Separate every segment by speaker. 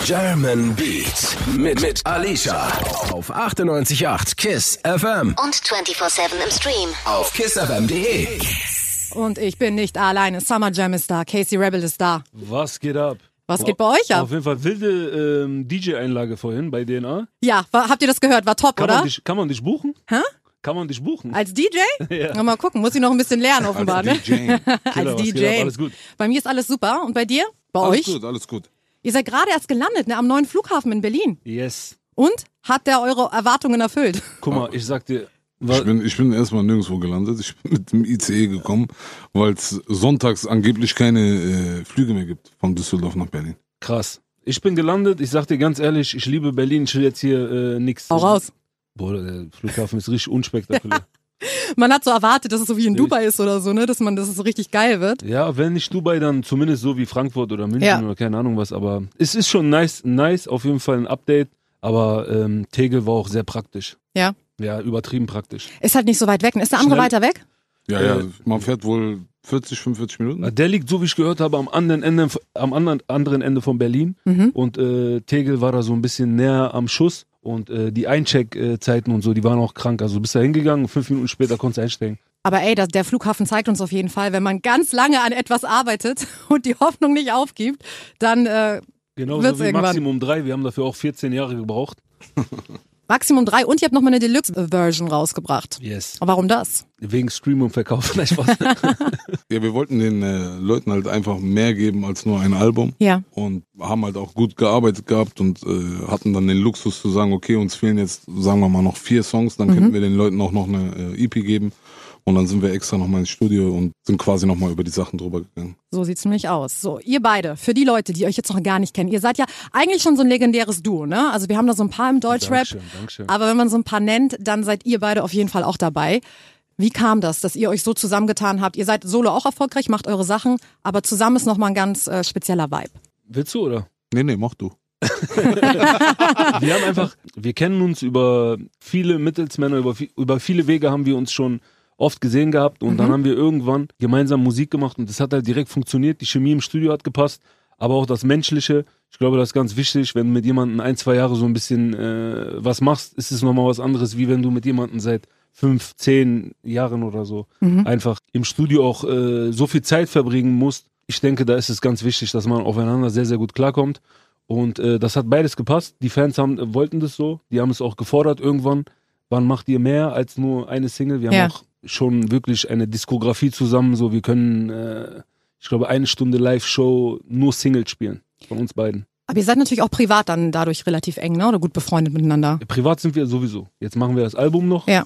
Speaker 1: German Beats mit, mit Alicia auf 98.8 KISS FM
Speaker 2: und 24-7 im Stream.
Speaker 1: auf kissfm.de.
Speaker 3: Und ich bin nicht alleine. Summer Jam ist da. Casey Rebel ist da.
Speaker 4: Was geht ab?
Speaker 3: Was geht bei euch ab?
Speaker 4: Auf jeden Fall wilde ähm, DJ-Einlage vorhin bei DNA.
Speaker 3: Ja, wa- habt ihr das gehört? War top,
Speaker 4: Kann,
Speaker 3: oder?
Speaker 4: Man, dich, kann man dich buchen?
Speaker 3: Hä?
Speaker 4: Kann man dich buchen?
Speaker 3: Als DJ? Na, Mal gucken. Muss ich noch ein bisschen lernen, offenbar, ne?
Speaker 5: DJ.
Speaker 4: Killer,
Speaker 3: Als
Speaker 4: was geht
Speaker 3: DJ.
Speaker 4: ab? Alles gut.
Speaker 3: Bei mir ist alles super. Und bei dir? Bei
Speaker 5: Alles
Speaker 3: euch?
Speaker 5: gut, alles gut.
Speaker 3: Ihr seid gerade erst gelandet, ne? Am neuen Flughafen in Berlin.
Speaker 4: Yes.
Speaker 3: Und? Hat der eure Erwartungen erfüllt?
Speaker 4: Guck mal, ich sag dir, wa-
Speaker 5: Ich bin, ich bin erstmal nirgendwo gelandet. Ich bin mit dem ICE gekommen, weil es sonntags angeblich keine äh, Flüge mehr gibt von Düsseldorf nach Berlin.
Speaker 4: krass. Ich bin gelandet, ich sag dir ganz ehrlich, ich liebe Berlin, ich will jetzt hier äh, nix.
Speaker 3: Hau raus.
Speaker 4: Boah, der Flughafen ist richtig unspektakulär.
Speaker 3: Man hat so erwartet, dass es so wie in Dubai ist oder so, ne? Dass man, dass es so richtig geil wird.
Speaker 4: ja, wenn nicht Dubai, dann zumindest so wie Frankfurt oder München
Speaker 3: Ja.
Speaker 4: oder keine Ahnung was, aber es ist schon nice, nice, auf jeden Fall ein Update, aber ähm, Tegel war auch sehr praktisch.
Speaker 3: Ja.
Speaker 4: Ja, übertrieben praktisch.
Speaker 3: Ist halt nicht so weit weg. ne? Ist der andere
Speaker 4: Schnell.
Speaker 3: weiter weg?
Speaker 5: Ja,
Speaker 4: Äh,
Speaker 5: ja, man fährt wohl 40, 45
Speaker 4: Na,
Speaker 5: Minuten.
Speaker 4: Der liegt, so wie ich gehört habe, am anderen Ende, am anderen, anderen Ende von Berlin. Und äh, Tegel war da so ein bisschen näher am Schuss. Und äh, die Eincheckzeiten und so, die waren auch krank. Also du bist da hingegangen, fünf Minuten später konntest du einsteigen.
Speaker 3: Aber ey, das, der Flughafen zeigt uns auf jeden Fall, wenn man ganz lange an etwas arbeitet und die Hoffnung nicht aufgibt, dann äh,
Speaker 4: Genauso
Speaker 3: Wird's
Speaker 4: wie
Speaker 3: irgendwann.
Speaker 4: Maximum 3. Wir haben dafür auch 14 Jahre gebraucht.
Speaker 3: Maximum drei. Und ihr habt nochmal eine Deluxe-Version rausgebracht.
Speaker 4: Yes.
Speaker 3: Warum das?
Speaker 4: Wegen Stream und Verkauf. Vielleicht was.
Speaker 5: Ja, wir wollten den äh, Leuten halt einfach mehr geben als nur ein Album.
Speaker 3: Ja.
Speaker 5: Und haben halt auch gut gearbeitet gehabt und äh, hatten dann den Luxus zu sagen, okay, uns fehlen jetzt, sagen wir mal, noch vier Songs, dann könnten wir den Leuten auch noch eine äh, EP geben. Und dann sind wir extra nochmal ins Studio und sind quasi nochmal über die Sachen drüber gegangen.
Speaker 3: So sieht's nämlich aus. So, ihr beide, für die Leute, die euch jetzt noch gar nicht kennen, ihr seid ja eigentlich schon so ein legendäres Duo, ne? Also wir haben da so ein paar im Deutschrap,
Speaker 4: Dankeschön, Dankeschön.
Speaker 3: aber wenn man so ein paar nennt, dann seid ihr beide auf jeden Fall auch dabei. Wie kam das, dass ihr euch so zusammengetan habt? Ihr seid solo auch erfolgreich, macht eure Sachen, aber zusammen ist nochmal ein ganz äh, spezieller Vibe.
Speaker 4: Willst du, oder?
Speaker 5: Nee, nee, mach du.
Speaker 4: Wir haben einfach, wir kennen uns über viele Mittelsmänner, über, vi- über viele Wege haben wir uns schon oft gesehen gehabt und dann haben wir irgendwann gemeinsam Musik gemacht und das hat halt direkt funktioniert. Die Chemie im Studio hat gepasst, aber auch das Menschliche. Ich glaube, das ist ganz wichtig, wenn du mit jemandem ein, zwei Jahre so ein bisschen äh, was machst, ist es nochmal was anderes, wie wenn du mit jemandem seit fünf, zehn Jahren oder so einfach im Studio auch äh, so viel Zeit verbringen musst. Ich denke, da ist es ganz wichtig, dass man aufeinander sehr, sehr gut klarkommt. Und äh, das hat beides gepasst. Die Fans haben, äh, wollten das so. Die haben es auch gefordert irgendwann. Wann macht ihr mehr als nur eine Single? Wir haben
Speaker 3: Ja.
Speaker 4: auch schon wirklich eine Diskografie zusammen. So, wir können, äh, ich glaube, eine Stunde Live-Show nur Singles spielen. Von uns beiden.
Speaker 3: Aber ihr seid natürlich auch privat dann dadurch relativ eng, ne? Oder gut befreundet miteinander.
Speaker 4: Privat sind wir sowieso. Jetzt machen wir das Album noch.
Speaker 3: Ja.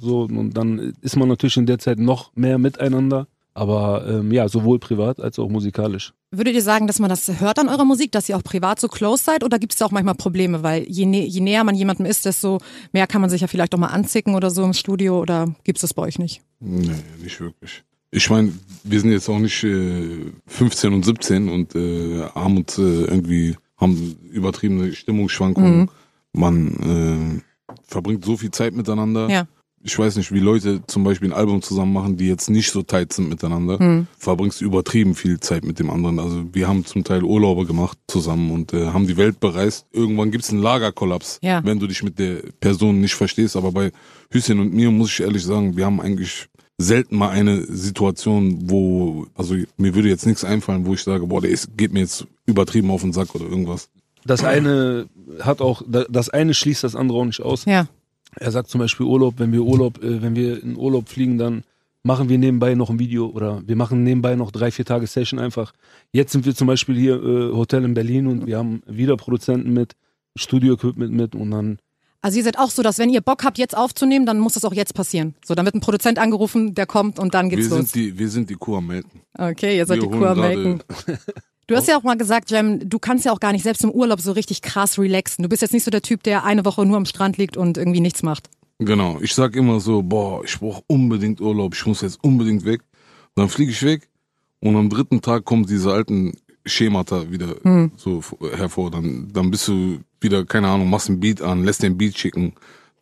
Speaker 4: So, und dann ist man natürlich in der Zeit noch mehr miteinander. Aber ähm, ja, sowohl privat als auch musikalisch.
Speaker 3: Würdet ihr sagen, dass man das hört an eurer Musik, dass ihr auch privat so close seid oder gibt es da auch manchmal Probleme? Weil je, nä je näher man jemandem ist, desto mehr kann man sich ja vielleicht auch mal anzicken oder so im Studio oder gibt es das bei euch nicht?
Speaker 5: Nee, nicht wirklich. Ich meine, wir sind jetzt auch nicht äh, 15 und 17 und äh, haben uns äh, irgendwie haben übertriebene Stimmungsschwankungen. Man äh, verbringt so viel Zeit miteinander.
Speaker 3: Ja.
Speaker 5: Ich weiß nicht, wie Leute zum Beispiel ein Album zusammen machen, die jetzt nicht so tight sind miteinander,
Speaker 3: Hm.
Speaker 5: verbringst du übertrieben viel Zeit mit dem anderen. Also wir haben zum Teil Urlaube gemacht zusammen und äh, haben die Welt bereist. Irgendwann gibt es einen Lagerkollaps,
Speaker 3: Ja.
Speaker 5: wenn du dich mit der Person nicht verstehst. Aber bei Hüsschen und mir muss ich ehrlich sagen, wir haben eigentlich selten mal eine Situation, wo, also mir würde jetzt nichts einfallen, wo ich sage, boah, der ist, geht mir jetzt übertrieben auf den Sack oder irgendwas.
Speaker 4: Das eine hat auch, da- das eine schließt das andere auch nicht aus.
Speaker 3: Ja.
Speaker 4: Er sagt zum Beispiel Urlaub, wenn wir Urlaub, äh, wenn wir in Urlaub fliegen, dann machen wir nebenbei noch ein Video oder wir machen nebenbei noch drei, vier Tage Session einfach. Jetzt sind wir zum Beispiel hier äh, Hotel in Berlin und wir haben wieder Produzenten mit, Studio-Equipment mit und dann
Speaker 3: Also ihr seid auch so, dass wenn ihr Bock habt, jetzt aufzunehmen, dann muss das auch jetzt passieren. So, dann wird ein Produzent angerufen, der kommt und dann geht's
Speaker 5: wir,
Speaker 3: los.
Speaker 5: sind die, wir sind die Kuh am Melken.
Speaker 3: okay, ihr seid
Speaker 5: wir
Speaker 3: die
Speaker 5: holen
Speaker 3: Kur am
Speaker 5: gerade-
Speaker 3: Melken. Du hast ja auch mal gesagt, Jem, du kannst ja auch gar nicht selbst im Urlaub so richtig krass relaxen. Du bist jetzt nicht so der Typ, der eine Woche nur am Strand liegt und irgendwie nichts macht.
Speaker 5: Genau, ich sag immer so, boah, ich brauche unbedingt Urlaub, ich muss jetzt unbedingt weg. Dann fliege ich weg und am dritten Tag kommen diese alten Schemata wieder
Speaker 4: Hm.
Speaker 5: so f- hervor. Dann, dann bist du wieder, keine Ahnung, machst einen Beat an, lässt den Beat schicken.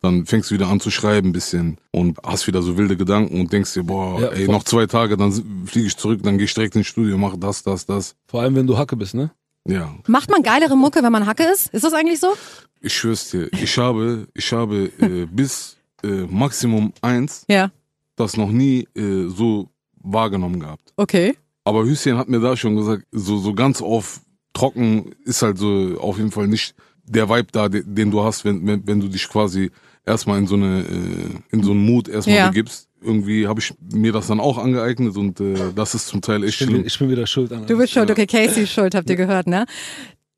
Speaker 5: Dann fängst du wieder an zu schreiben ein bisschen und hast wieder so wilde Gedanken und denkst dir, boah,
Speaker 4: Ja,
Speaker 5: ey,
Speaker 4: voll.
Speaker 5: noch zwei Tage, dann fliege ich zurück, dann gehe ich direkt ins Studio, mache das, das, das.
Speaker 4: vor allem, wenn du Hacke bist, ne?
Speaker 5: Ja,
Speaker 3: Macht man geilere Mucke, wenn man Hacke ist? Ist das eigentlich so?
Speaker 5: ich schwör's dir, ich habe, ich habe äh, bis äh, Maximum 1
Speaker 3: Ja.
Speaker 5: das noch nie äh, so wahrgenommen gehabt.
Speaker 3: Okay.
Speaker 5: Aber Hüsschen hat mir da schon gesagt, so, so ganz auf trocken ist halt so auf jeden Fall nicht der Vibe da, de- den du hast, wenn, wenn, wenn du dich quasi erstmal in so eine, äh, in so einen Mut erstmal
Speaker 3: Ja.
Speaker 5: begibst. Irgendwie habe ich mir das dann auch angeeignet und äh, das ist zum Teil echt
Speaker 4: Ich bin,
Speaker 5: schlimm.
Speaker 4: ich bin wieder schuld an
Speaker 3: Du
Speaker 4: allem.
Speaker 3: bist schuld. Okay, Casey ist schuld, habt ihr gehört, ne?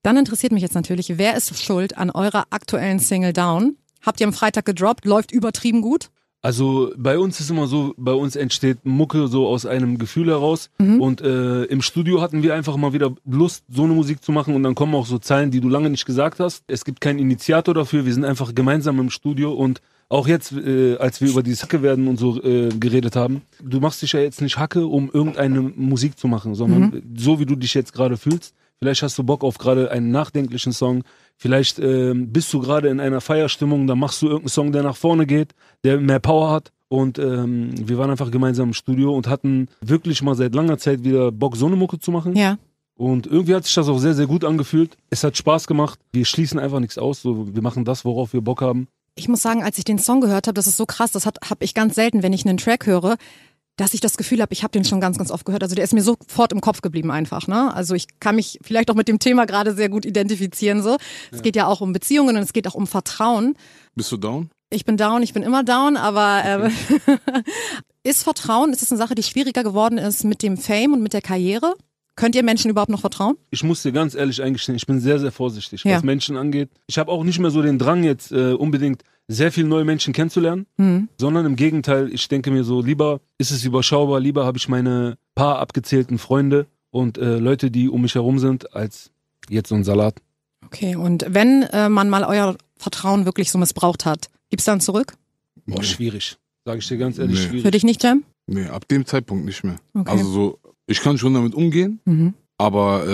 Speaker 3: Dann interessiert mich jetzt natürlich, wer ist schuld an eurer aktuellen Single Down? Habt ihr am Freitag gedroppt? Läuft übertrieben gut?
Speaker 4: Also bei uns ist immer so, bei uns entsteht Mucke so aus einem Gefühl heraus. Und äh, im Studio hatten wir einfach mal wieder Lust, so eine Musik zu machen. Und dann kommen auch so Zeilen, die du lange nicht gesagt hast. Es gibt keinen Initiator dafür. Wir sind einfach gemeinsam im Studio. Und auch jetzt, äh, als wir über dieses Hacke werden und so äh, geredet haben, du machst dich ja jetzt nicht Hacke, um irgendeine Musik zu machen, sondern so wie du dich jetzt gerade fühlst. Vielleicht hast du Bock auf gerade einen nachdenklichen Song. Vielleicht ähm, bist du gerade in einer Feierstimmung, dann machst du irgendeinen Song, der nach vorne geht, der mehr Power hat. Und ähm, wir waren einfach gemeinsam im Studio und hatten wirklich mal seit langer Zeit wieder Bock, so eine Mucke zu machen.
Speaker 3: Ja.
Speaker 4: Und irgendwie hat sich das auch sehr, sehr gut angefühlt. Es hat Spaß gemacht. Wir schließen einfach nichts aus. So, wir machen das, worauf wir Bock haben.
Speaker 3: Ich muss sagen, als ich den Song gehört habe, das ist so krass, das hat- hab ich ganz selten, wenn ich einen Track höre, dass ich das Gefühl habe, ich habe den schon ganz, ganz oft gehört. Also der ist mir sofort im Kopf geblieben einfach. Ne? Also ich kann mich vielleicht auch mit dem Thema gerade sehr gut identifizieren. So. Es geht ja auch um Beziehungen und es geht auch um Vertrauen.
Speaker 5: Bist du down?
Speaker 3: Ich bin down, ich bin immer down, aber ähm, ist Vertrauen, ist es eine Sache, die schwieriger geworden ist mit dem Fame und mit der Karriere? Könnt ihr Menschen überhaupt noch vertrauen?
Speaker 4: ich muss dir ganz ehrlich eingestehen, ich bin sehr, sehr vorsichtig,
Speaker 3: Ja.
Speaker 4: was Menschen angeht. Ich habe auch nicht mehr so den Drang, jetzt äh, unbedingt sehr viele neue Menschen kennenzulernen,
Speaker 3: Hm.
Speaker 4: sondern im Gegenteil, ich denke mir so, lieber ist es überschaubar, lieber habe ich meine paar abgezählten Freunde und äh, Leute, die um mich herum sind, als jetzt so ein Salat.
Speaker 3: Okay, und wenn äh, man mal euer Vertrauen wirklich so missbraucht hat, gibt's dann zurück?
Speaker 4: Boah, schwierig. Sage ich dir ganz ehrlich,
Speaker 5: Nee.
Speaker 3: Für
Speaker 4: schwierig.
Speaker 3: dich nicht, Jam?
Speaker 5: Nee, ab dem Zeitpunkt nicht mehr.
Speaker 3: Okay.
Speaker 5: Also so, ich kann schon damit umgehen,
Speaker 3: Mhm.
Speaker 5: aber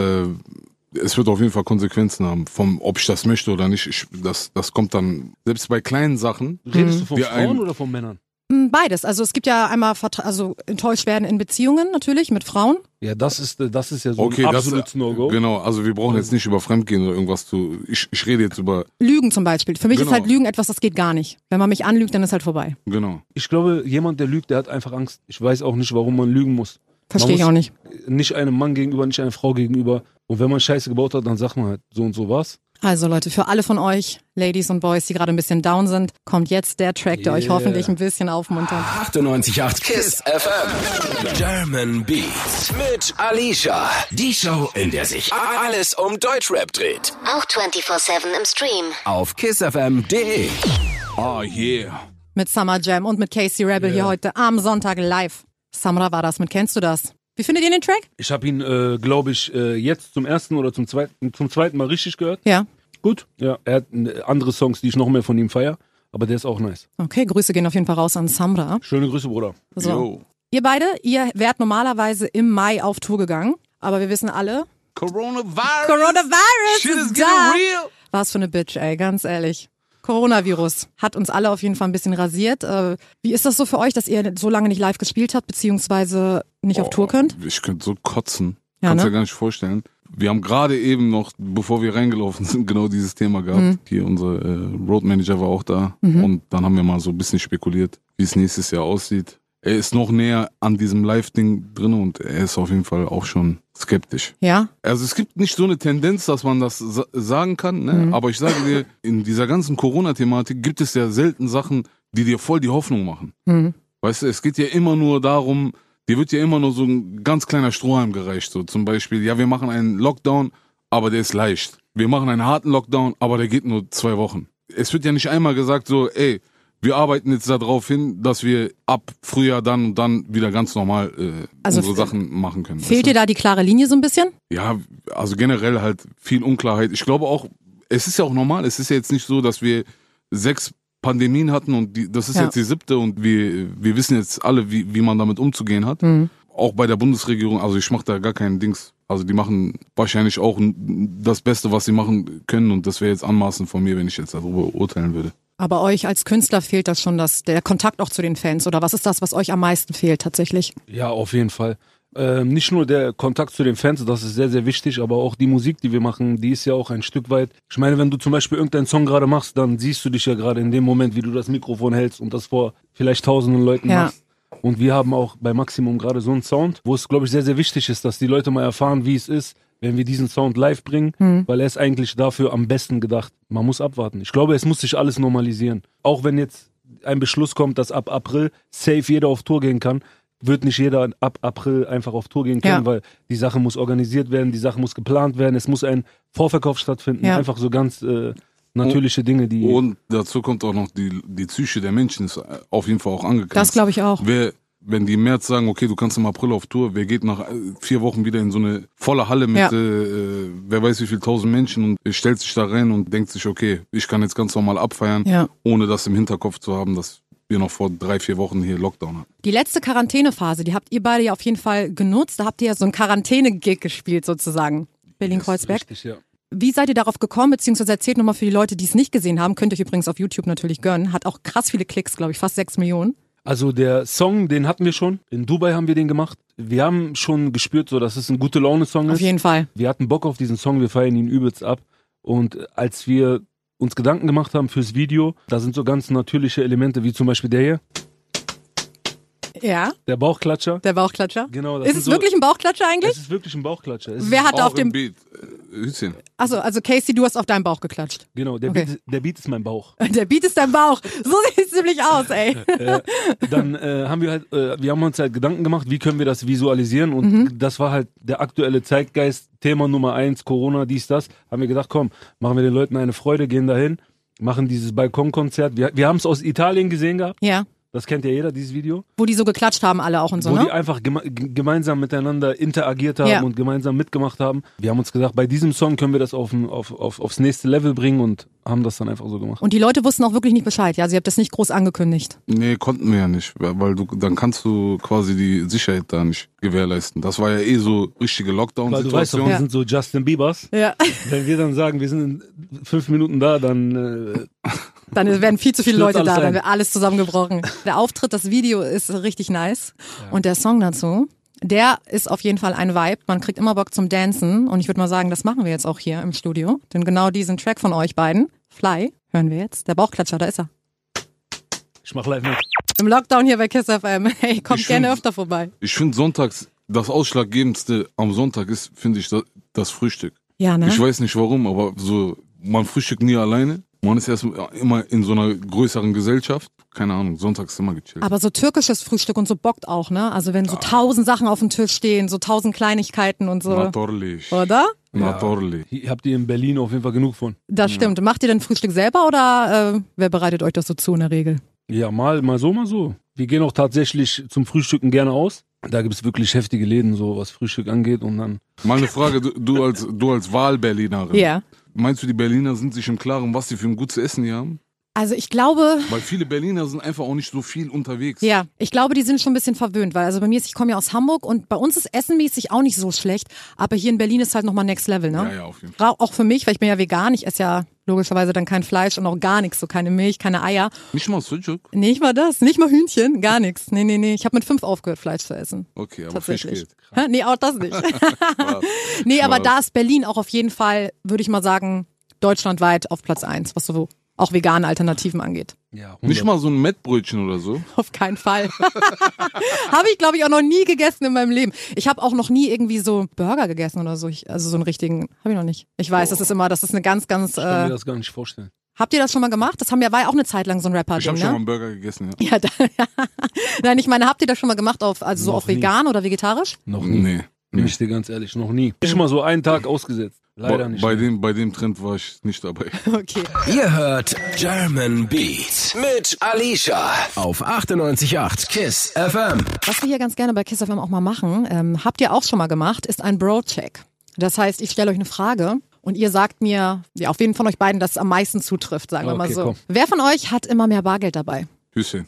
Speaker 5: äh, es wird auf jeden Fall Konsequenzen haben, vom, ob ich das möchte oder nicht. Ich, das, das kommt dann, selbst bei kleinen Sachen,
Speaker 4: Redest du von
Speaker 5: Wir
Speaker 4: Frauen
Speaker 5: ein-
Speaker 4: oder von Männern?
Speaker 3: Mm, Beides. Also es gibt ja einmal Vertra also enttäuscht werden in Beziehungen natürlich mit Frauen.
Speaker 4: Ja, das ist, äh, das äh, ist ja so
Speaker 5: okay,
Speaker 4: ein
Speaker 5: das
Speaker 4: absolutes No-Go.
Speaker 5: Genau, also wir brauchen jetzt nicht über Fremdgehen oder irgendwas zu. Ich, ich rede jetzt über,
Speaker 3: Lügen zum Beispiel. Für mich ist
Speaker 5: Genau.
Speaker 3: halt Lügen etwas, das geht gar nicht. Wenn man mich anlügt, dann ist halt vorbei.
Speaker 5: genau.
Speaker 4: Ich glaube, jemand, der lügt, der hat einfach Angst. Ich weiß auch nicht, warum man lügen muss.
Speaker 3: Verstehe ich
Speaker 4: muss-
Speaker 3: auch nicht.
Speaker 4: nicht einem Mann gegenüber, nicht einer Frau gegenüber. Und wenn man Scheiße gebaut hat, dann sagt man halt so und so was.
Speaker 3: Also Leute, für alle von euch, Ladies und Boys, die gerade ein bisschen down sind, kommt jetzt der Track, der euch
Speaker 4: Yeah.
Speaker 3: hoffentlich ein bisschen aufmuntert.
Speaker 1: 98.8 KISS FM. German Beats mit Alicia. Die Show, in der sich a- alles um Deutschrap dreht.
Speaker 2: Auch 24-7 im Stream.
Speaker 1: Auf kissfm.de.
Speaker 5: Ah, yeah.
Speaker 3: Mit Summer Jam und mit Casey Rebel hier heute am Sonntag live. Samra war das mit Kennst du das? Wie findet ihr den Track?
Speaker 4: Ich habe ihn, äh, glaube ich, äh, jetzt zum ersten oder zum zweiten, zum zweiten Mal richtig gehört.
Speaker 3: Ja.
Speaker 4: Gut. Ja, er hat äh, andere Songs, die ich noch mehr von ihm feier, aber der ist auch nice.
Speaker 3: Okay, Grüße gehen auf jeden Fall raus an Samra.
Speaker 4: Schöne Grüße, Bruder.
Speaker 3: So.
Speaker 5: Yo.
Speaker 3: Ihr beide, ihr wärt normalerweise im Mai auf Tour gegangen, aber wir wissen alle,
Speaker 5: Coronavirus.
Speaker 3: Coronavirus
Speaker 5: Shit is
Speaker 3: ist
Speaker 5: getting
Speaker 3: da.
Speaker 5: real.
Speaker 3: Was für eine Bitch, ey, ganz ehrlich. Coronavirus hat uns alle auf jeden Fall ein bisschen rasiert. Äh, Wie ist das so für euch, dass ihr so lange nicht live gespielt habt, beziehungsweise nicht auf Tour könnt?
Speaker 5: Ich könnte so kotzen.
Speaker 3: Ja,
Speaker 5: Oh, Kannst
Speaker 3: ne?
Speaker 5: ja gar nicht vorstellen. Wir haben gerade eben noch, bevor wir reingelaufen sind, genau dieses Thema gehabt.
Speaker 3: Mhm.
Speaker 5: Hier unser äh, Roadmanager war auch da und dann haben wir mal so ein bisschen spekuliert, wie es nächstes Jahr aussieht. Er ist noch näher an diesem Live-Ding drin und er ist auf jeden Fall auch schon skeptisch.
Speaker 3: Ja?
Speaker 5: Also es gibt nicht so eine Tendenz, dass man das sa sagen kann, ne?
Speaker 3: Mhm.
Speaker 5: aber ich sage dir, in dieser ganzen Corona-Thematik gibt es ja selten Sachen, die dir voll die Hoffnung machen.
Speaker 3: Mhm.
Speaker 5: Weißt du, es geht ja immer nur darum, dir wird ja immer nur so ein ganz kleiner Strohhalm gereicht. So zum Beispiel, ja, wir machen einen Lockdown, aber der ist leicht. Wir machen einen harten Lockdown, aber der geht nur zwei Wochen. Es wird ja nicht einmal gesagt so, ey, wir arbeiten jetzt darauf hin, dass wir ab Frühjahr dann und dann wieder ganz normal äh,
Speaker 3: Also
Speaker 5: unsere
Speaker 3: f-
Speaker 5: Sachen machen können. weißt
Speaker 3: Fehlt
Speaker 5: du?
Speaker 3: dir da die klare Linie so ein bisschen?
Speaker 5: Ja, also generell halt viel Unklarheit. Ich glaube auch, es ist ja auch normal. Es ist ja jetzt nicht so, dass wir sechs Pandemien hatten und die, das ist
Speaker 3: Ja.
Speaker 5: jetzt die siebte und wir, wir wissen jetzt alle, wie, wie man damit umzugehen hat. Auch bei der Bundesregierung, also ich mache da gar keinen Dings. Also die machen wahrscheinlich auch n- das Beste, was sie machen können und das wäre jetzt anmaßend von mir, wenn ich jetzt darüber urteilen würde.
Speaker 3: Aber euch als Künstler fehlt das schon, das, der Kontakt auch zu den Fans. Oder was ist das, was euch am meisten fehlt tatsächlich?
Speaker 4: Ja, auf jeden Fall. Ähm, nicht nur der Kontakt zu den Fans, das ist sehr, sehr wichtig, aber auch die Musik, die wir machen, die ist ja auch ein Stück weit. Ich meine, wenn du zum Beispiel irgendeinen Song gerade machst, dann siehst du dich ja gerade in dem Moment, wie du das Mikrofon hältst und das vor vielleicht tausenden Leuten
Speaker 3: Ja.
Speaker 4: machst. Und wir haben auch bei Maximum gerade so einen Sound, wo es, glaube ich, sehr, sehr wichtig ist, dass die Leute mal erfahren, wie es ist, wenn wir diesen Sound live bringen,
Speaker 3: Hm.
Speaker 4: weil er ist eigentlich dafür am besten gedacht. Man muss abwarten. Ich glaube, es muss sich alles normalisieren. Auch wenn jetzt ein Beschluss kommt, dass ab April safe jeder auf Tour gehen kann, wird nicht jeder ab April einfach auf Tour gehen können,
Speaker 3: Ja.
Speaker 4: weil die Sache muss organisiert werden, die Sache muss geplant werden, es muss ein Vorverkauf stattfinden.
Speaker 3: Ja.
Speaker 4: Einfach so ganz äh, natürliche Dinge, die.
Speaker 5: Und dazu kommt auch noch die, die Psyche der Menschen ist äh, auf jeden Fall auch angekratzt.
Speaker 3: Das glaube ich auch.
Speaker 5: Wer, wenn die im März sagen, okay, du kannst im April auf Tour, wer geht nach äh, vier Wochen wieder in so eine volle Halle mit,
Speaker 3: Ja.
Speaker 5: äh, äh, wer weiß wie viel tausend Menschen und stellt sich da rein und denkt sich, okay, ich kann jetzt ganz normal abfeiern,
Speaker 3: Ja.
Speaker 5: ohne das im Hinterkopf zu haben, dass wir noch vor drei, vier Wochen hier Lockdown hatten.
Speaker 3: Die letzte Quarantänephase, die habt ihr beide ja auf jeden Fall genutzt. Da habt ihr ja so einen Quarantäne-Gig gespielt sozusagen. Berlin-Kreuzberg.
Speaker 4: Richtig, ja.
Speaker 3: Wie seid ihr darauf gekommen? Beziehungsweise erzählt nochmal für die Leute, die es nicht gesehen haben. Könnt ihr euch übrigens auf YouTube natürlich gönnen. Hat auch krass viele Klicks, glaube ich, fast sechs Millionen.
Speaker 4: Also der Song, den hatten wir schon. In Dubai haben wir den gemacht. Wir haben schon gespürt, so dass es ein gute Laune-Song
Speaker 3: Auf
Speaker 4: ist.
Speaker 3: jeden Fall.
Speaker 4: Wir hatten Bock auf diesen Song, wir feiern ihn übelst ab. Und als wir uns Gedanken gemacht haben fürs Video, da sind so ganz natürliche Elemente, wie zum Beispiel der hier,
Speaker 3: Ja,
Speaker 4: der Bauchklatscher.
Speaker 3: der Bauchklatscher.
Speaker 4: Genau, das
Speaker 3: Ist
Speaker 4: sind
Speaker 3: es
Speaker 4: so-
Speaker 3: wirklich ein Bauchklatscher
Speaker 4: Es
Speaker 3: eigentlich?
Speaker 4: ist wirklich ein Bauchklatscher. Es
Speaker 3: Wer
Speaker 4: ist,
Speaker 3: hat
Speaker 5: Auch
Speaker 3: auf dem.
Speaker 5: im Beat. Äh, Hütchen.
Speaker 3: Achso, also Casey, du hast auf deinem Bauch geklatscht.
Speaker 4: Genau, der,
Speaker 3: Okay.
Speaker 4: Beat, ist- der Beat ist mein Bauch.
Speaker 3: Der Beat ist dein Bauch. So sieht es nämlich aus, ey.
Speaker 4: Dann äh, haben wir halt, äh, wir haben uns halt Gedanken gemacht, wie können wir das visualisieren und das war halt der aktuelle Zeitgeist, Thema Nummer eins, Corona, dies, das. Haben wir gedacht, komm, machen wir den Leuten eine Freude, gehen dahin, machen dieses Balkonkonzert. Wir, wir haben es aus Italien gesehen gehabt,
Speaker 3: Ja.
Speaker 4: das kennt ja jeder, dieses Video.
Speaker 3: Wo die so geklatscht haben, alle auch und so,
Speaker 4: wo die
Speaker 3: ne?
Speaker 4: einfach geme g- gemeinsam miteinander interagiert haben
Speaker 3: Ja.
Speaker 4: und gemeinsam mitgemacht haben. Wir haben uns gedacht, bei diesem Song können wir das auf, ein- auf, auf, aufs nächste Level bringen und haben das dann einfach so gemacht.
Speaker 3: Und die Leute wussten auch wirklich nicht Bescheid. Ja, sie habt das nicht groß angekündigt.
Speaker 5: Nee, konnten wir ja nicht, weil weil du dann kannst du quasi die Sicherheit da nicht gewährleisten. Das war ja eh so richtige
Speaker 4: Weil du weißt doch,
Speaker 5: Lockdown-Situation.
Speaker 4: wir sind so Justin Biebers.
Speaker 3: Ja.
Speaker 4: Wenn wir dann sagen, wir sind in fünf Minuten da, dann äh,
Speaker 3: Dann wären viel zu viele
Speaker 4: Stürzt
Speaker 3: Leute da,
Speaker 4: alles
Speaker 3: dann
Speaker 4: ein.
Speaker 3: wäre alles zusammengebrochen. Der Auftritt, das Video ist richtig nice. Und der Song dazu, der ist auf jeden Fall ein Vibe. Man kriegt immer Bock zum Dancen. Und ich würde mal sagen, das machen wir jetzt auch hier im Studio. Denn genau diesen Track von euch beiden, Fly, hören wir jetzt. Der Bauchklatscher, da ist er.
Speaker 4: äh, ich mach live mit.
Speaker 3: Im Lockdown hier bei Kiss FM. Hey, kommt
Speaker 5: Ich
Speaker 3: gerne
Speaker 5: find's-
Speaker 3: öfter vorbei.
Speaker 5: Ich finde sonntags, das Ausschlaggebendste am Sonntag ist, finde ich, das, das Frühstück.
Speaker 3: Ja, ne?
Speaker 5: Ich weiß nicht warum, aber so, man frühstückt nie alleine. Man ist erst immer in so einer größeren Gesellschaft. Keine Ahnung, sonntags ist immer gechillt.
Speaker 3: Aber so türkisches Frühstück und so bockt auch, ne? Also wenn so tausend Sachen auf dem Tisch stehen, so tausend Kleinigkeiten und so.
Speaker 5: Natürlich.
Speaker 3: Oder?
Speaker 5: Natürlich.
Speaker 4: Hier Habt ihr in Berlin auf jeden Fall genug von?
Speaker 3: Das stimmt. Macht ihr denn Frühstück selber oder äh, wer bereitet euch das so zu in der Regel?
Speaker 4: Ja, mal, mal so, mal so. Wir gehen auch tatsächlich zum Frühstücken gerne aus. Da gibt es wirklich heftige Läden, so was Frühstück angeht. Und dann
Speaker 5: Mal eine Frage, du, du als, du als Wahlberlinerin.
Speaker 3: Ja.
Speaker 5: Meinst du, die Berliner sind sich im Klaren, was sie für ein gutes Essen hier haben?
Speaker 3: Also ich glaube,
Speaker 5: Weil viele Berliner sind einfach auch nicht so viel unterwegs.
Speaker 3: ja, ich glaube, die sind schon ein bisschen verwöhnt, weil also bei mir ist, ich komme ja aus Hamburg und bei uns ist essenmäßig auch nicht so schlecht, aber hier in Berlin ist halt nochmal Next Level, ne?
Speaker 5: Ja, ja, auf jeden Fall.
Speaker 3: Ra- Auch für mich, weil ich bin ja vegan, ich esse ja logischerweise dann kein Fleisch und auch gar nichts, so keine Milch, keine Eier.
Speaker 5: Nicht mal Sucuk?
Speaker 3: Nicht mal das, nicht mal Hühnchen, gar nichts. Nee, nee, nee, ich habe mit fünf aufgehört, Fleisch zu essen.
Speaker 5: Okay, aber Fisch
Speaker 3: Tatsächlich.
Speaker 5: geht.
Speaker 3: Hä? Nee, auch das nicht. nee, aber da ist Berlin auch auf jeden Fall, würde ich mal sagen, deutschlandweit auf Platz eins, was so auch vegane Alternativen angeht.
Speaker 4: ja,
Speaker 5: Nicht mal so ein Mettbrötchen oder so.
Speaker 3: Auf keinen Fall. habe ich, glaube ich, auch noch nie gegessen in meinem Leben. Ich habe auch noch nie irgendwie so Burger gegessen oder so. Ich, also so einen richtigen, habe ich noch nicht. Ich weiß, das ist immer, das ist eine ganz, ganz.
Speaker 4: Ich kann mir
Speaker 3: Äh,
Speaker 4: das gar nicht vorstellen.
Speaker 3: habt ihr das schon mal gemacht? Das haben ja, war ja auch eine Zeit lang so ein Rapper.
Speaker 5: Ich habe
Speaker 3: ne?
Speaker 5: schon mal einen Burger gegessen, ja.
Speaker 3: ja, da, Nein, ich meine, habt ihr das schon mal gemacht auf, also so
Speaker 4: Noch
Speaker 3: auf
Speaker 4: nie.
Speaker 3: vegan oder vegetarisch?
Speaker 4: Noch nie.
Speaker 5: Nee.
Speaker 4: Bin ich dir ganz ehrlich, noch nie. Ich mal so einen Tag ausgesetzt. Leider
Speaker 5: bei,
Speaker 4: nicht.
Speaker 3: ne?
Speaker 5: Bei dem, bei dem Trend war ich nicht dabei.
Speaker 3: Okay.
Speaker 1: Ihr hört German Beat mit Alicia auf 98.8 KISS FM.
Speaker 3: Was wir hier ganz gerne bei Kiss FM auch mal machen, ähm, habt ihr auch schon mal gemacht, ist ein Bro-Check. Das heißt, ich stelle euch eine Frage und ihr sagt mir, ja, auf wen von euch beiden das am meisten zutrifft, sagen wir mal
Speaker 4: Okay,
Speaker 3: so.
Speaker 4: komm.
Speaker 3: Wer von euch hat immer mehr Bargeld dabei?
Speaker 5: Hüssein.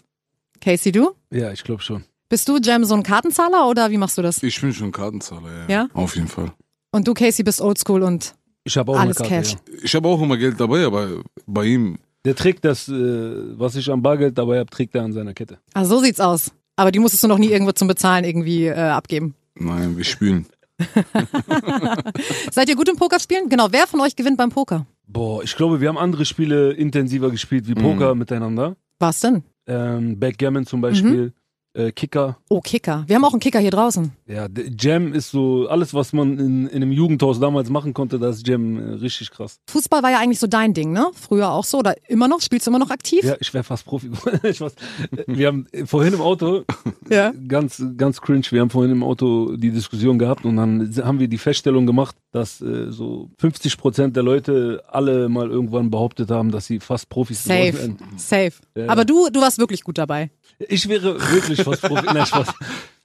Speaker 3: Casey, du?
Speaker 4: Ja, ich glaube schon.
Speaker 3: Bist du, Jam, so ein Kartenzahler oder wie machst du das?
Speaker 5: Ich bin schon Kartenzahler, ja.
Speaker 3: Ja?
Speaker 5: Auf jeden Fall.
Speaker 3: Und du, Casey, bist oldschool und
Speaker 4: Ich habe auch
Speaker 3: Alles
Speaker 4: eine Karte.
Speaker 3: Cash.
Speaker 4: Ja.
Speaker 5: Ich habe auch immer Geld dabei, aber bei ihm,
Speaker 4: Der trägt das, äh, was ich am Bargeld dabei habe, trägt er an seiner Kette.
Speaker 3: ah, so sieht's aus. Aber die musstest du noch nie irgendwo zum Bezahlen irgendwie äh, abgeben.
Speaker 5: Nein, wir spielen.
Speaker 3: Seid ihr gut im Pokerspielen? Genau, wer von euch gewinnt beim Poker?
Speaker 4: Boah, ich glaube, wir haben andere Spiele intensiver gespielt wie Poker miteinander.
Speaker 3: Was denn?
Speaker 4: Ähm, Backgammon zum Beispiel, äh, Kicker.
Speaker 3: Oh, Kicker. Wir haben auch einen Kicker hier draußen.
Speaker 4: Ja, d- Jam ist so, alles, was man in, in einem Jugendhaus damals machen konnte, das ist Jam äh, richtig krass.
Speaker 3: Fußball war ja eigentlich so dein Ding, ne? Früher auch so oder immer noch? Spielst du immer noch aktiv?
Speaker 4: Ja, ich wäre fast Profi. geworden. ich weiß, wir haben äh, vorhin im Auto,
Speaker 3: Ja.
Speaker 4: ganz, ganz cringe, wir haben vorhin im Auto die Diskussion gehabt und dann haben wir die Feststellung gemacht, dass äh, so 50 Prozent der Leute alle mal irgendwann behauptet haben, dass sie fast Profis geworden
Speaker 3: Safe,
Speaker 4: wären.
Speaker 3: safe.
Speaker 4: Ja.
Speaker 3: Aber du, du warst wirklich gut dabei.
Speaker 4: Ich wäre wirklich fast Profi. Nein, Spaß.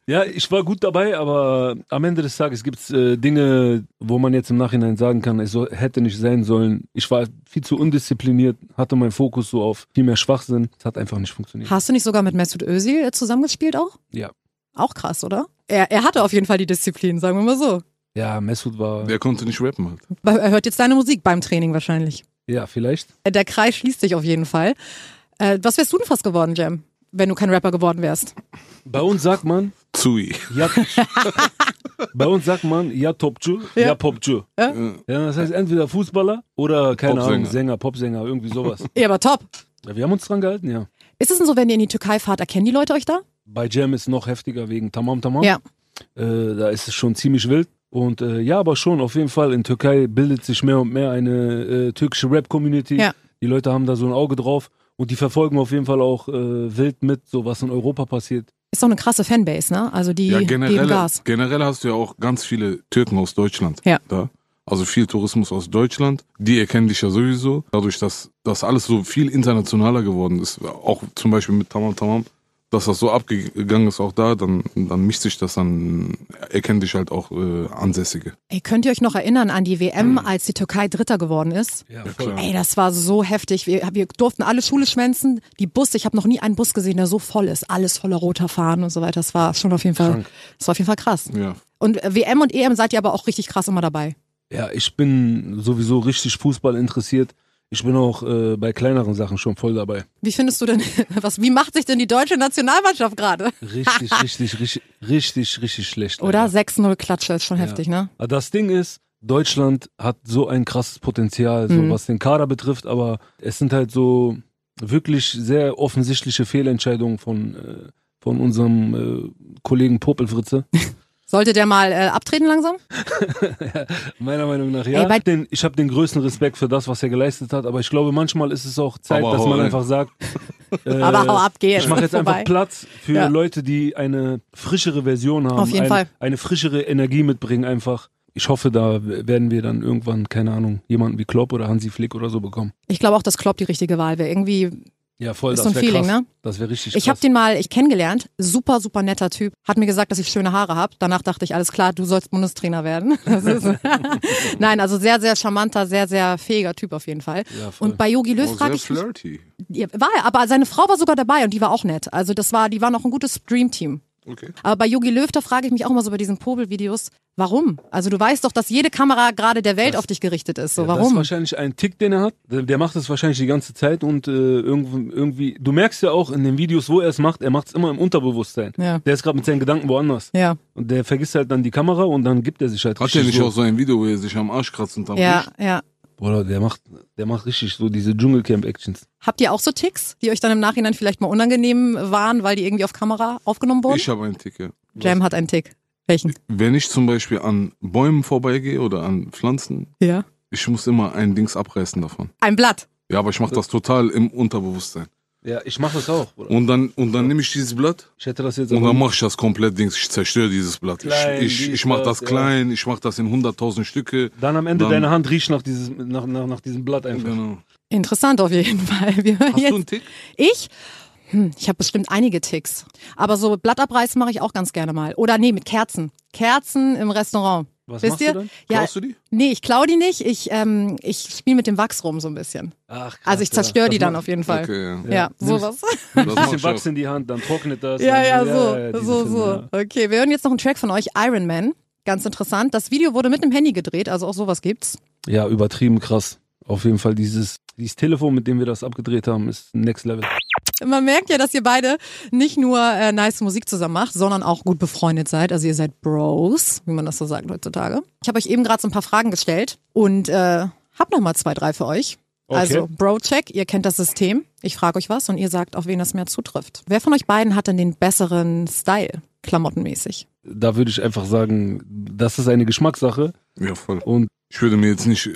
Speaker 4: Ja, ich war gut dabei, aber am Ende des Tages gibt es äh, Dinge, wo man jetzt im Nachhinein sagen kann, es so, hätte nicht sein sollen. Ich war viel zu undiszipliniert, hatte meinen Fokus so auf viel mehr Schwachsinn. Es hat einfach nicht funktioniert.
Speaker 3: Hast du nicht sogar mit Mesut Özil äh, zusammengespielt auch?
Speaker 4: Ja.
Speaker 3: Auch krass, oder? Er, er hatte auf jeden Fall die Disziplin, sagen wir mal so.
Speaker 4: Ja, Mesut war.
Speaker 5: Der konnte nicht rappen halt.
Speaker 3: Weil Er hört jetzt deine Musik beim Training wahrscheinlich.
Speaker 4: Ja, vielleicht.
Speaker 3: Äh, Der Kreis schließt sich auf jeden Fall. Äh, was wärst du denn fast geworden, Jam? Wenn du kein Rapper geworden wärst.
Speaker 4: Bei uns sagt man,
Speaker 5: Zui.
Speaker 4: ja, bei uns sagt man, ja, Topchu, ja,
Speaker 3: Ja.
Speaker 4: Popchu.
Speaker 3: Ja.
Speaker 4: Ja, das heißt entweder Fußballer oder, keine
Speaker 5: Popsänger.
Speaker 4: Ahnung, Sänger, Popsänger, irgendwie sowas.
Speaker 3: Ja, aber top.
Speaker 4: ja, wir haben uns dran gehalten, ja.
Speaker 3: Ist es denn so, wenn ihr in die Türkei fahrt, erkennen die Leute euch da?
Speaker 4: Bei Jam ist noch heftiger wegen Tamam Tamam.
Speaker 3: Ja.
Speaker 4: Äh, da ist es schon ziemlich wild. Und äh, ja, aber schon, auf jeden Fall, in Türkei bildet sich mehr und mehr eine äh, türkische Rap-Community.
Speaker 3: Ja.
Speaker 4: Die Leute haben da so ein Auge drauf und die verfolgen auf jeden Fall auch äh, wild mit, so was in Europa passiert.
Speaker 3: Ist doch eine krasse Fanbase, ne? Also die
Speaker 5: Ja,
Speaker 3: geben
Speaker 5: generell,
Speaker 3: Gas.
Speaker 5: generell hast du ja auch ganz viele Türken aus Deutschland
Speaker 3: Ja.
Speaker 5: da. Also viel Tourismus aus Deutschland. Die erkennen dich ja sowieso. Dadurch, dass das alles so viel internationaler geworden ist, auch zum Beispiel mit Tamam Tamam, dass das so abgegangen ist auch da, dann, dann mischt sich das, dann erkennen dich halt auch äh, Ansässige.
Speaker 3: Ey, könnt ihr euch noch erinnern an die WM, als die Türkei Dritter geworden ist?
Speaker 4: Ja,
Speaker 5: klar.
Speaker 3: Ey, das war so heftig. Wir, wir durften alle Schule schwänzen. Die Busse, ich habe noch nie einen Bus gesehen, der so voll ist. Alles voller roter Fahnen und so weiter. Das war schon auf jeden Fall, das war auf jeden Fall krass.
Speaker 5: Ja.
Speaker 3: Und äh, WM und EM seid ihr aber auch richtig krass immer dabei.
Speaker 4: Ja, ich bin sowieso richtig Fußball interessiert. Ich bin auch äh, bei kleineren Sachen schon voll dabei.
Speaker 3: Wie findest du denn, was, wie macht sich denn die deutsche Nationalmannschaft gerade?
Speaker 4: Richtig, richtig, richtig, richtig, richtig schlecht.
Speaker 3: Oder
Speaker 4: Alter.
Speaker 3: 6-0 Klatsche ist schon heftig, ne?
Speaker 4: Aber Das Ding ist, Deutschland hat so ein krasses Potenzial, so was den Kader betrifft, aber es sind halt so wirklich sehr offensichtliche Fehlentscheidungen von, äh, von unserem äh, Kollegen Popelfritze.
Speaker 3: Sollte der mal äh, abtreten langsam?
Speaker 4: Meiner Meinung nach,
Speaker 3: Ey,
Speaker 4: ja.
Speaker 3: bei-
Speaker 4: den, ich habe den größten Respekt für das, was er geleistet hat, aber ich glaube, manchmal ist es auch Zeit,
Speaker 5: Aber
Speaker 4: dass
Speaker 5: hau
Speaker 4: man
Speaker 5: rein.
Speaker 4: einfach sagt, äh,
Speaker 3: aber hau ab, geh jetzt.
Speaker 4: Ich mache jetzt
Speaker 3: vorbei.
Speaker 4: einfach Platz für
Speaker 3: Ja.
Speaker 4: Leute, die eine frischere Version haben.
Speaker 3: Auf jeden
Speaker 4: ein,
Speaker 3: Fall.
Speaker 4: Eine frischere Energie mitbringen einfach. Ich hoffe, da w- werden wir dann irgendwann, keine Ahnung, jemanden wie Klopp oder Hansi Flick oder so bekommen.
Speaker 3: Ich glaube auch, dass Klopp die richtige Wahl wäre. Irgendwie
Speaker 4: Ja, voll.
Speaker 3: Ist
Speaker 4: das
Speaker 3: so ein
Speaker 4: wär
Speaker 3: Feeling,
Speaker 4: krass.
Speaker 3: ne?
Speaker 4: Das wäre richtig
Speaker 3: Ich
Speaker 4: krass.
Speaker 3: habe den mal, ich kennengelernt, super, super netter Typ, hat mir gesagt, dass ich schöne Haare habe. Danach dachte ich, alles klar, du sollst Bundestrainer werden. Das ist, Nein, also sehr, sehr charmanter, sehr, sehr fähiger Typ auf jeden Fall.
Speaker 4: Ja, voll.
Speaker 3: und bei Yogi Löw frage ich mich,
Speaker 5: Oh, flirty.
Speaker 3: Ja, war er, aber seine Frau war sogar dabei und die war auch nett. Also das war, die waren auch ein gutes Dreamteam.
Speaker 5: Okay.
Speaker 3: Aber bei Yogi Löw, da frage ich mich auch immer so bei diesen Pobel-Videos, warum? Also du weißt doch, dass jede Kamera gerade der Welt auf dich gerichtet ist. So,
Speaker 4: Das ist
Speaker 3: warum?
Speaker 4: wahrscheinlich ein Tick, den er hat. Der der macht das wahrscheinlich die ganze Zeit und äh, irgendwie, irgendwie, du merkst ja auch in den Videos, wo er es macht, er macht es immer im Unterbewusstsein.
Speaker 3: Ja.
Speaker 4: Der ist gerade mit seinen Gedanken woanders.
Speaker 3: Ja.
Speaker 4: Und der vergisst halt dann die Kamera und dann gibt er sich halt
Speaker 5: Hat er
Speaker 4: richtig
Speaker 5: nicht
Speaker 4: so.
Speaker 5: auch so ein Video, wo er sich am Arsch kratzt und am
Speaker 3: Ja,
Speaker 5: Rücken?
Speaker 3: ja.
Speaker 4: Boah, der macht, der macht richtig so diese Dschungelcamp-Actions.
Speaker 3: Habt ihr auch so Ticks, die euch dann im Nachhinein vielleicht mal unangenehm waren, weil die irgendwie auf Kamera aufgenommen wurden?
Speaker 5: Ich habe einen Ticket.
Speaker 3: Jam hat einen Tick. Welchen?
Speaker 5: Wenn ich zum Beispiel an Bäumen vorbeigehe oder an Pflanzen,
Speaker 3: Ja.
Speaker 5: ich muss immer ein Dings abreißen davon.
Speaker 3: Ein Blatt.
Speaker 5: Ja, aber ich mache das total im Unterbewusstsein.
Speaker 4: Ja, ich mache das auch. Bruder.
Speaker 5: Und dann, und dann nehme ich dieses Blatt
Speaker 4: Ich hätte das jetzt
Speaker 5: und
Speaker 4: aber-
Speaker 5: dann mache ich das komplett Dings. Ich zerstöre dieses Blatt.
Speaker 4: Klein,
Speaker 5: ich ich,
Speaker 4: dies,
Speaker 5: ich mache
Speaker 4: das,
Speaker 5: das
Speaker 4: ja.
Speaker 5: klein, ich mache das in 100.000 Stücke.
Speaker 4: Dann am Ende
Speaker 5: Dann-
Speaker 4: deine Hand riecht nach, dieses, nach, nach, nach diesem Blatt einfach.
Speaker 5: Genau.
Speaker 3: Interessant auf jeden Fall. Wir hören
Speaker 5: Hast
Speaker 3: jetzt.
Speaker 5: du einen Tick?
Speaker 3: Ich? Hm, ich habe bestimmt einige Ticks. Aber so Blattabreiß mache ich auch ganz gerne mal. Oder nee, mit Kerzen. Kerzen im Restaurant.
Speaker 4: Was
Speaker 3: Wisst
Speaker 4: machst
Speaker 3: ihr?
Speaker 4: du dann?
Speaker 3: Ja,
Speaker 5: Klaust du die?
Speaker 3: nee, ich klau die nicht. Ich, ähm, ich spiele mit dem Wachs rum so ein bisschen.
Speaker 4: Ach, krass,
Speaker 3: Also ich zerstöre die dann auf jeden Fall.
Speaker 5: Okay, ja.
Speaker 3: Ja, sowas.
Speaker 5: Das
Speaker 4: Ein
Speaker 5: mach
Speaker 4: bisschen
Speaker 5: ich
Speaker 4: Wachs
Speaker 5: auch.
Speaker 4: in die Hand, dann trocknet das.
Speaker 3: Ja,
Speaker 4: dann,
Speaker 3: ja, so,
Speaker 4: diese
Speaker 3: so,
Speaker 4: Filme,
Speaker 3: so.
Speaker 4: ja.
Speaker 3: Okay, wir hören jetzt noch einen Track von euch, Iron Man. Ganz interessant. Das Video wurde mit dem Handy gedreht, also auch sowas gibt's.
Speaker 4: Ja, übertrieben krass. Auf jeden Fall dieses, dieses Telefon, mit dem wir das abgedreht haben, ist Next Level.
Speaker 3: merkt, man merkt ja, dass ihr beide nicht nur äh, nice Musik zusammen macht, sondern auch gut befreundet seid. Also ihr seid Bros, wie man das so sagt heutzutage. Ich habe euch eben gerade so ein paar Fragen gestellt und äh, hab noch mal zwei, drei für euch.
Speaker 4: Okay.
Speaker 3: Also Bro-Check, ihr kennt das System. Ich frage euch was und ihr sagt, auf wen das mehr zutrifft. Wer von euch beiden hat denn den besseren Style, klamottenmäßig?
Speaker 4: Da würde ich einfach sagen, das ist eine Geschmackssache.
Speaker 5: Ja, voll.
Speaker 4: Und
Speaker 5: Ich würde mir jetzt nicht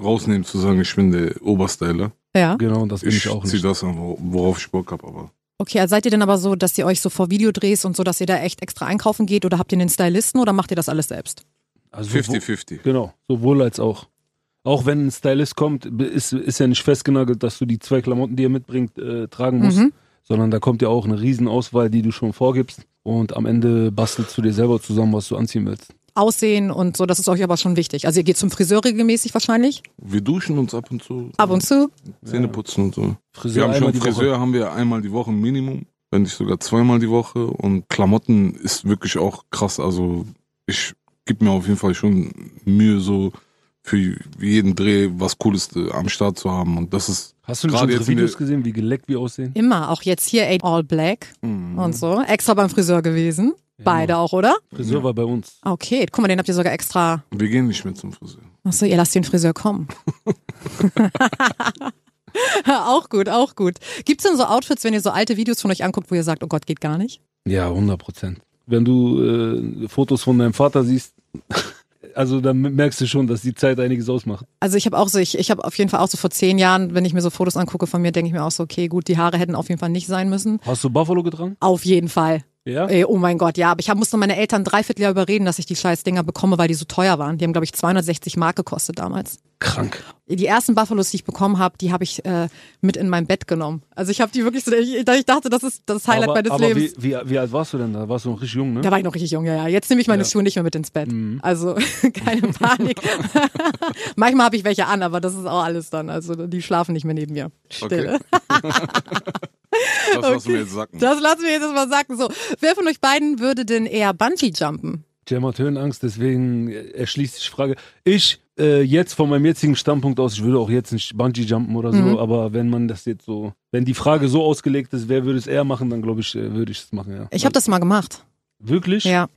Speaker 5: rausnehmen zu sagen, ich bin der Oberstyler.
Speaker 3: Ja.
Speaker 4: genau, das bin ich,
Speaker 5: Ich,
Speaker 4: auch
Speaker 5: zieh
Speaker 4: nicht.
Speaker 5: das an, wor- worauf ich Bock habe, aber
Speaker 3: Okay, also seid ihr denn aber so, dass ihr euch so vor Videodrehs und so, dass ihr da echt extra einkaufen geht oder habt ihr einen Stylisten oder macht ihr das alles selbst?
Speaker 4: Also, wo-
Speaker 5: 50-50.
Speaker 4: Genau, sowohl als auch. Auch wenn ein Stylist kommt, ist, ist ja nicht festgenagelt, dass du die zwei Klamotten, die er mitbringt, äh, tragen musst,
Speaker 3: Mhm.
Speaker 4: sondern da kommt ja auch eine Riesenauswahl, die du schon vorgibst und am Ende bastelst du dir selber zusammen, was du anziehen willst.
Speaker 3: Aussehen und so, das ist euch aber schon wichtig. Also ihr geht zum Friseur regelmäßig wahrscheinlich,
Speaker 5: Wir duschen uns ab und zu,
Speaker 3: ab und zu.
Speaker 5: Zähne putzen und so.
Speaker 4: Friseur
Speaker 5: Wir haben
Speaker 4: einmal
Speaker 5: schon
Speaker 4: die
Speaker 5: Friseur,
Speaker 4: Woche.
Speaker 5: haben wir einmal die Woche Minimum, wenn nicht sogar zweimal die Woche. Und Klamotten ist wirklich auch krass. Also ich gebe mir auf jeden Fall schon Mühe, so für jeden Dreh was Cooles äh, am Start zu haben. Und das ist
Speaker 4: Hast du nicht
Speaker 5: Gerade
Speaker 4: unsere
Speaker 5: jetzt in
Speaker 4: Videos
Speaker 5: der-
Speaker 4: gesehen, wie geleckt wir aussehen?
Speaker 3: Immer, auch jetzt hier ey, all black
Speaker 4: Mhm.
Speaker 3: und so. Extra beim Friseur gewesen. Beide auch, oder?
Speaker 4: Friseur war bei uns.
Speaker 3: Okay, guck mal, den habt ihr sogar extra.
Speaker 5: wir gehen nicht mehr zum Friseur.
Speaker 3: Achso, ihr lasst den Friseur kommen. auch gut, auch gut. Gibt's denn so Outfits, wenn ihr so alte Videos von euch anguckt, wo ihr sagt, oh Gott, geht gar nicht?
Speaker 4: Ja, 100 Prozent. Wenn du äh, Fotos von deinem Vater siehst, also dann merkst du schon, dass die Zeit einiges ausmacht.
Speaker 3: Also ich habe auch so, ich, ich habe auf jeden Fall auch so vor zehn Jahren, wenn ich mir so Fotos angucke von mir, denke ich mir auch so, okay, gut, die Haare hätten auf jeden Fall nicht sein müssen.
Speaker 4: Hast du Buffalo getragen?
Speaker 3: Auf jeden Fall.
Speaker 4: Ja.
Speaker 3: Ey, oh mein Gott, ja. Aber ich hab, musste meine Eltern dreiviertel Jahr überreden, dass ich die scheiß Dinger bekomme, weil die so teuer waren. Die haben, glaube ich, 260 Mark gekostet damals.
Speaker 4: Krank.
Speaker 3: Die ersten Buffalos, die ich bekommen habe, die habe ich äh, mit in mein Bett genommen. Also ich habe die wirklich so, ich, ich dachte, das ist das Highlight
Speaker 4: aber
Speaker 3: meines
Speaker 4: aber
Speaker 3: Lebens.
Speaker 4: Wie, wie, wie alt warst du denn da? Warst du noch richtig jung, ne?
Speaker 3: Da war ich noch richtig jung, ja, ja. Jetzt nehme ich meine
Speaker 4: Ja.
Speaker 3: Schuhe nicht mehr mit ins Bett. Also keine Panik. Manchmal habe ich welche an, aber das ist auch alles dann. Also die schlafen nicht mehr neben mir. Stille.
Speaker 5: Das lassen wir jetzt sacken.
Speaker 3: Das lassen wir jetzt erst mal sagen. So, wer von euch beiden würde denn eher Bungee jumpen?
Speaker 4: Jam hat Höhenangst, deswegen äh, erschließt sich die Frage. Ich, äh, jetzt von meinem jetzigen Standpunkt aus, ich würde auch jetzt nicht Bungee jumpen oder so,
Speaker 3: Mhm.
Speaker 4: aber wenn man das jetzt so, wenn die Frage so ausgelegt ist, wer würde es eher machen, dann glaube ich, äh, würde ich es machen, ja.
Speaker 3: Ich habe das mal gemacht.
Speaker 4: Wirklich?
Speaker 3: Ja.